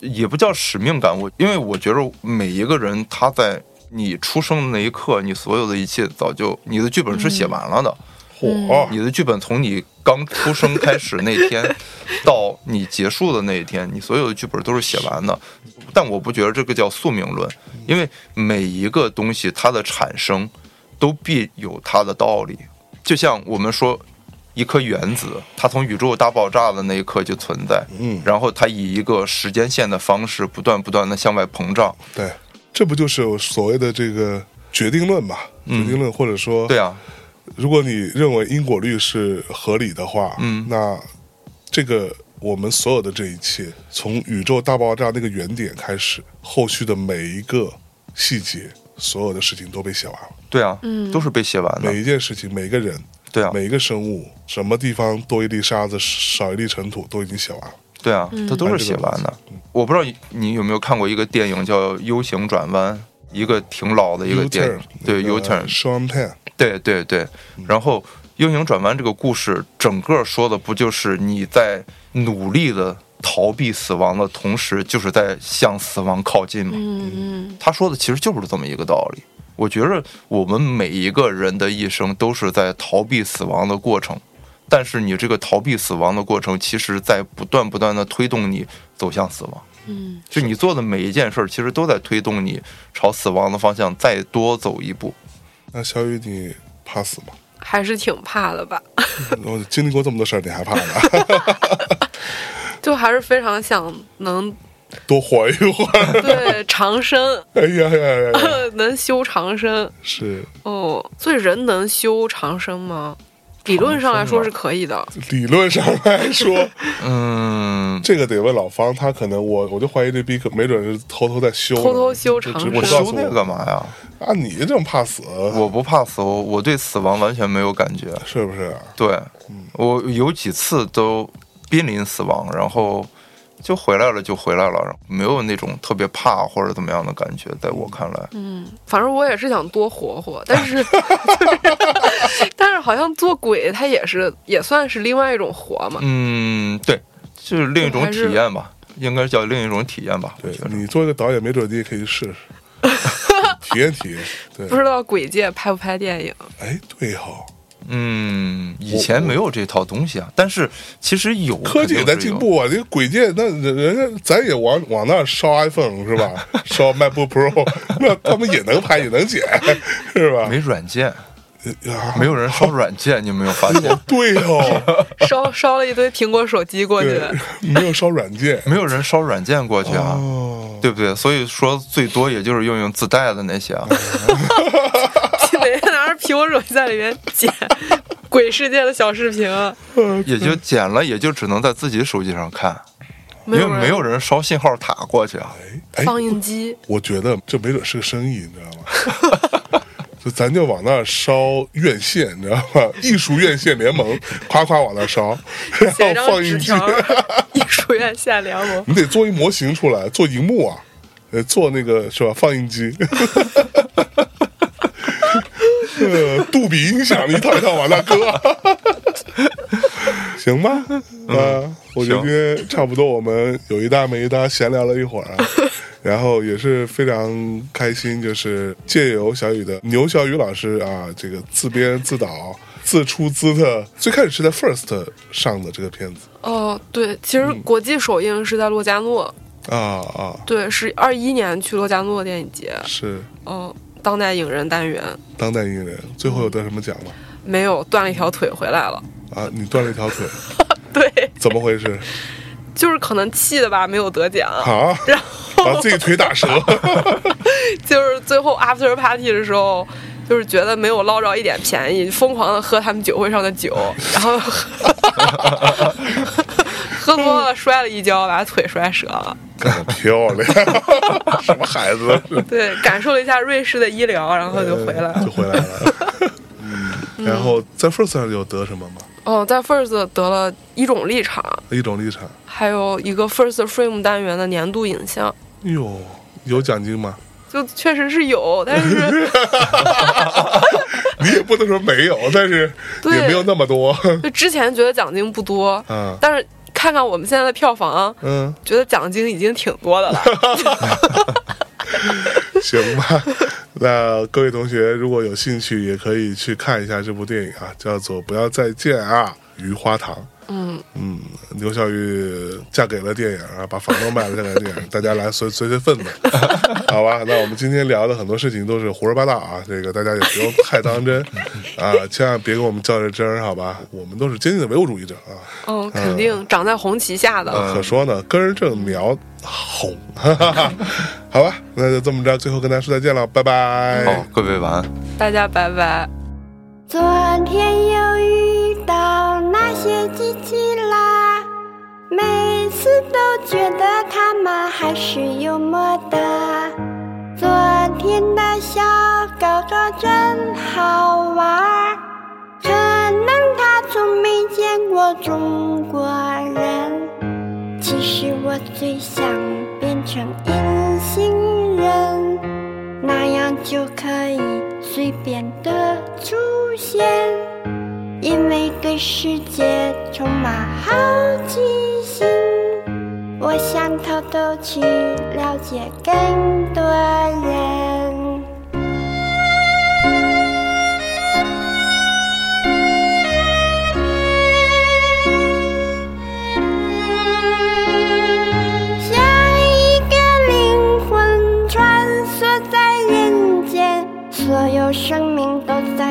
S2: 感，
S3: 也不叫使命感，我因为我觉得每一个人他在你出生的那一刻，你所有的一切早就你的剧本是写完了的，
S2: 嚯，
S3: 你的剧本从你刚出生开始那天到你结束的那一天，你所有的剧本都是写完的。但我不觉得这个叫宿命论，因为每一个东西它的产生都必有它的道理。就像我们说，一颗原子，它从宇宙大爆炸的那一刻就存在，
S2: 嗯
S3: 然后它以一个时间线的方式不断不断的向外膨胀。
S2: 对，这不就是所谓的这个决定论嘛？决定论，或者说，
S3: 对啊，
S2: 如果你认为因果律是合理的话，
S3: 嗯
S2: 那这个我们所有的这一切，从宇宙大爆炸那个原点开始，后续的每一个细节，所有的事情都被写完了，
S3: 对啊，
S1: 嗯
S3: 都是被写完的
S2: 每。一件事情，每一个人，
S3: 对啊，
S2: 每一个生物，什么地方多一粒沙子，少一粒尘土，都已经写完了。
S3: 对啊，它都是写完的。我不知道你有没有看过一个电影叫《U 型转弯》，一个挺老的一个嗯电影
S2: U-turn，，
S3: 对 U
S2: 呃
S3: turn，
S2: Sean Penn，
S3: 对对对。然后《U 型转弯》这个故事，整个说的不就是你在努力的逃避死亡的同时，就是在向死亡靠近吗？
S1: 嗯嗯
S3: 他说的其实就是这么一个道理。我觉着我们每一个人的一生都是在逃避死亡的过程，但是你这个逃避死亡的过程，其实在不断不断的推动你走向死亡。
S1: 嗯，
S3: 就你做的每一件事儿，其实都在推动你朝死亡的方向再多走一步。
S2: 那小雨，你怕死吗？
S1: 还是挺怕的吧，
S2: 我经历过这么多事儿，你还怕呢？
S1: 就还是非常想能
S2: 多活一会儿。
S1: 对长生，
S2: 哎呀呀呀 呀！
S1: 能修长生
S2: 是
S1: 哦。所以人能修长生吗？理论上来说是可以的，
S2: 理论上来说，
S3: 嗯，
S2: 这个得问老方，他可能我我就怀疑这逼可没准是偷偷在修呢，
S1: 偷偷修长
S2: 就只
S1: 生
S2: 不
S3: 我
S2: 告诉
S3: 修那干嘛呀？
S2: 啊！你这么怕死，
S3: 我不怕死，我我对死亡完全没有感觉。
S2: 是不是啊？
S3: 对，我有几次都濒临死亡，然后就回来了，就回来了，没有那种特别怕或者怎么样的感觉，在我看来，
S1: 嗯反正我也是想多活活，但 是，但是好像做鬼它也是也算是另外一种活嘛。
S3: 嗯，对，就是另一种
S1: 还是
S3: 体验吧，应该叫另一种体验吧，我
S2: 对
S3: 觉得。
S2: 你做一个导演，没准你也可以试试，体验 体验。对
S1: 不，知道鬼界拍不拍电影？
S2: 哎，对哈、
S3: 嗯，以前没有这套东西啊，但是其实有
S2: 科技也在
S3: 肯定是
S2: 进
S3: 有
S2: 步啊，这个鬼界那人人家咱也往往那儿烧 iPhone 是 吧？烧 MacBook Pro，那他们也能拍也能剪是吧？
S3: 没软件，
S2: 啊
S3: 没有人烧软件，你有没有发 现？
S2: 对 哦，
S1: 烧烧了一堆苹果手机过去
S2: 对，没有烧软件
S3: 没有人烧软件过去啊，
S2: 哦，
S3: 对不对？所以说最多也就是用用自带的那些
S2: 哦
S3: 啊。
S1: 每天拿着苹果手机在里面剪鬼世界的小视频，
S3: 也就剪了，也就只能在自己手机上看，因
S1: 没
S3: 为
S1: 有人
S3: 没有人烧信号塔过去啊。
S2: 哎，
S1: 放映机，
S2: 我觉得这没准是个生意，你知道吗？ 就咱就往那儿烧院线，你知道吗？艺术院线联盟，夸夸往那儿烧，
S1: 写一张
S2: 然后放
S1: 纸
S2: 映机，
S1: 条儿，艺术院下联盟。
S2: 你得做一模型出来，做荧幕啊，呃，做那个是吧？放映机，呃，杜比音响一套一套往那搁，行吧？啊、我觉得今
S3: 行
S2: 天差不多，我们有一搭没一搭闲聊了一会儿啊。然后也是非常开心，就是借由小雨的牛小雨老师啊，这个自编自导自出资的，最开始是在 First 上的这个片子
S1: 哦，对，其实国际首映是在洛迦诺，
S2: 啊啊，
S1: 对，是二一年去洛迦诺电影节，
S2: 是
S1: 嗯、当代影人单元
S2: 当代艺人，最后有得什么奖吗？
S1: 没有断了一条腿回来了。
S2: 啊，你断了一条腿，
S1: 对，
S2: 怎么回事？
S1: 就是可能气的吧，没有得奖。
S2: 啊，
S1: 然
S2: 把
S1: 后
S2: 自己腿打折，
S1: 就是最后 after party 的时候，就是觉得没有捞着一点便宜，疯狂的喝他们酒会上的酒，然后喝多了摔了一跤，把腿摔折了。
S2: 干得漂亮， 什么孩子？
S1: 对，感受了一下瑞士的医疗，然后就回来
S2: 就
S1: 了。
S2: 回来了。嗯，然后在 First 上有得什么吗？
S1: 哦，在 First 得了一种立场，
S2: 一种立场，
S1: 还有一个 First Frame 单元的年度影像。
S2: 哎呦，有奖金吗？
S1: 就确实是有，但是
S2: 你也不能说没有，但是
S1: 对
S2: 也没有那么多。
S1: 就之前觉得奖金不多，
S2: 啊，
S1: 但是看看我们现在的票房，
S2: 嗯，
S1: 觉得奖金已经挺多的了。
S2: 行吧。那各位同学如果有兴趣，也可以去看一下这部电影啊，叫做《不要再见啊，雨花堂》。
S1: 嗯，
S2: 嗯，刘晓玉嫁给了电影啊，把房都卖了，嫁给了电影，大家来随随随份子，好吧？那我们今天聊的很多事情都是胡说八道啊，这个大家也不用太当真啊，千万别跟我们较这真儿，好吧？我们都是坚定的唯物主义者啊，
S1: 嗯，肯定长在红旗下的。
S2: 可说呢，根儿正苗红， 哈哈哈，好吧？那就这么着，最后跟大家说再见了，拜拜。
S3: 好，哦各位晚安。
S1: 大家拜拜。
S4: 昨天又遇到那些机器啦，每次都觉得他们还是幽默的。昨天的小狗狗真好玩儿，可能它从没见过中国人。其实我最想变成隐形人。那样就可以随便的出现，因为对世界充满好奇心。我想偷偷去了解更多人。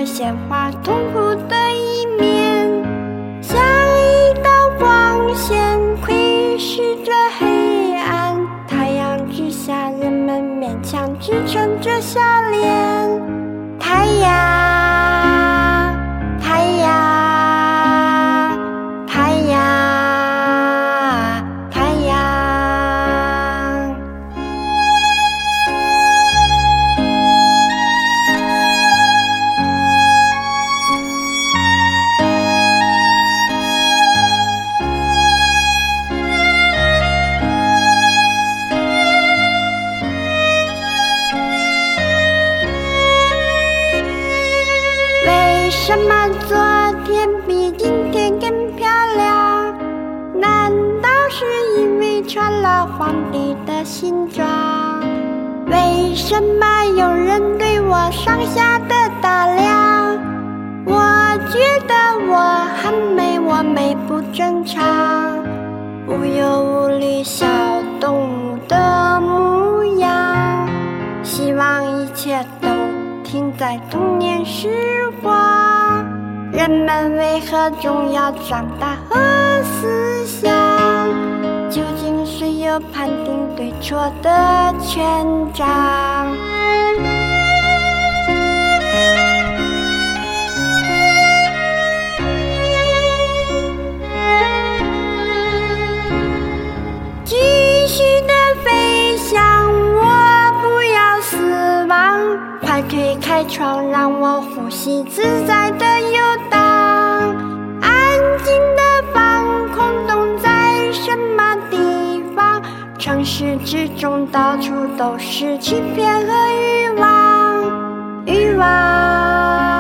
S4: 鲜花痛苦的一面，像一道光线窥视着黑暗。太阳之下，人们勉强支撑着笑脸。太阳，太阳，太阳，太阳。为什么昨天比今天更漂亮？难道是因为穿了皇帝的新装？为什么有人对我上下的打量？我觉得我很美，我美不正常，无忧无虑小动物的模样。希望一切都停在童年时光。人们为何总要长大和思想？究竟谁又判定对错的权杖？继续的飞翔，我不要死亡。快推开窗，让我呼吸自在的游荡。安静的放空，洞在什么地方？城市之中，到处都是欺骗和欲望，欲望。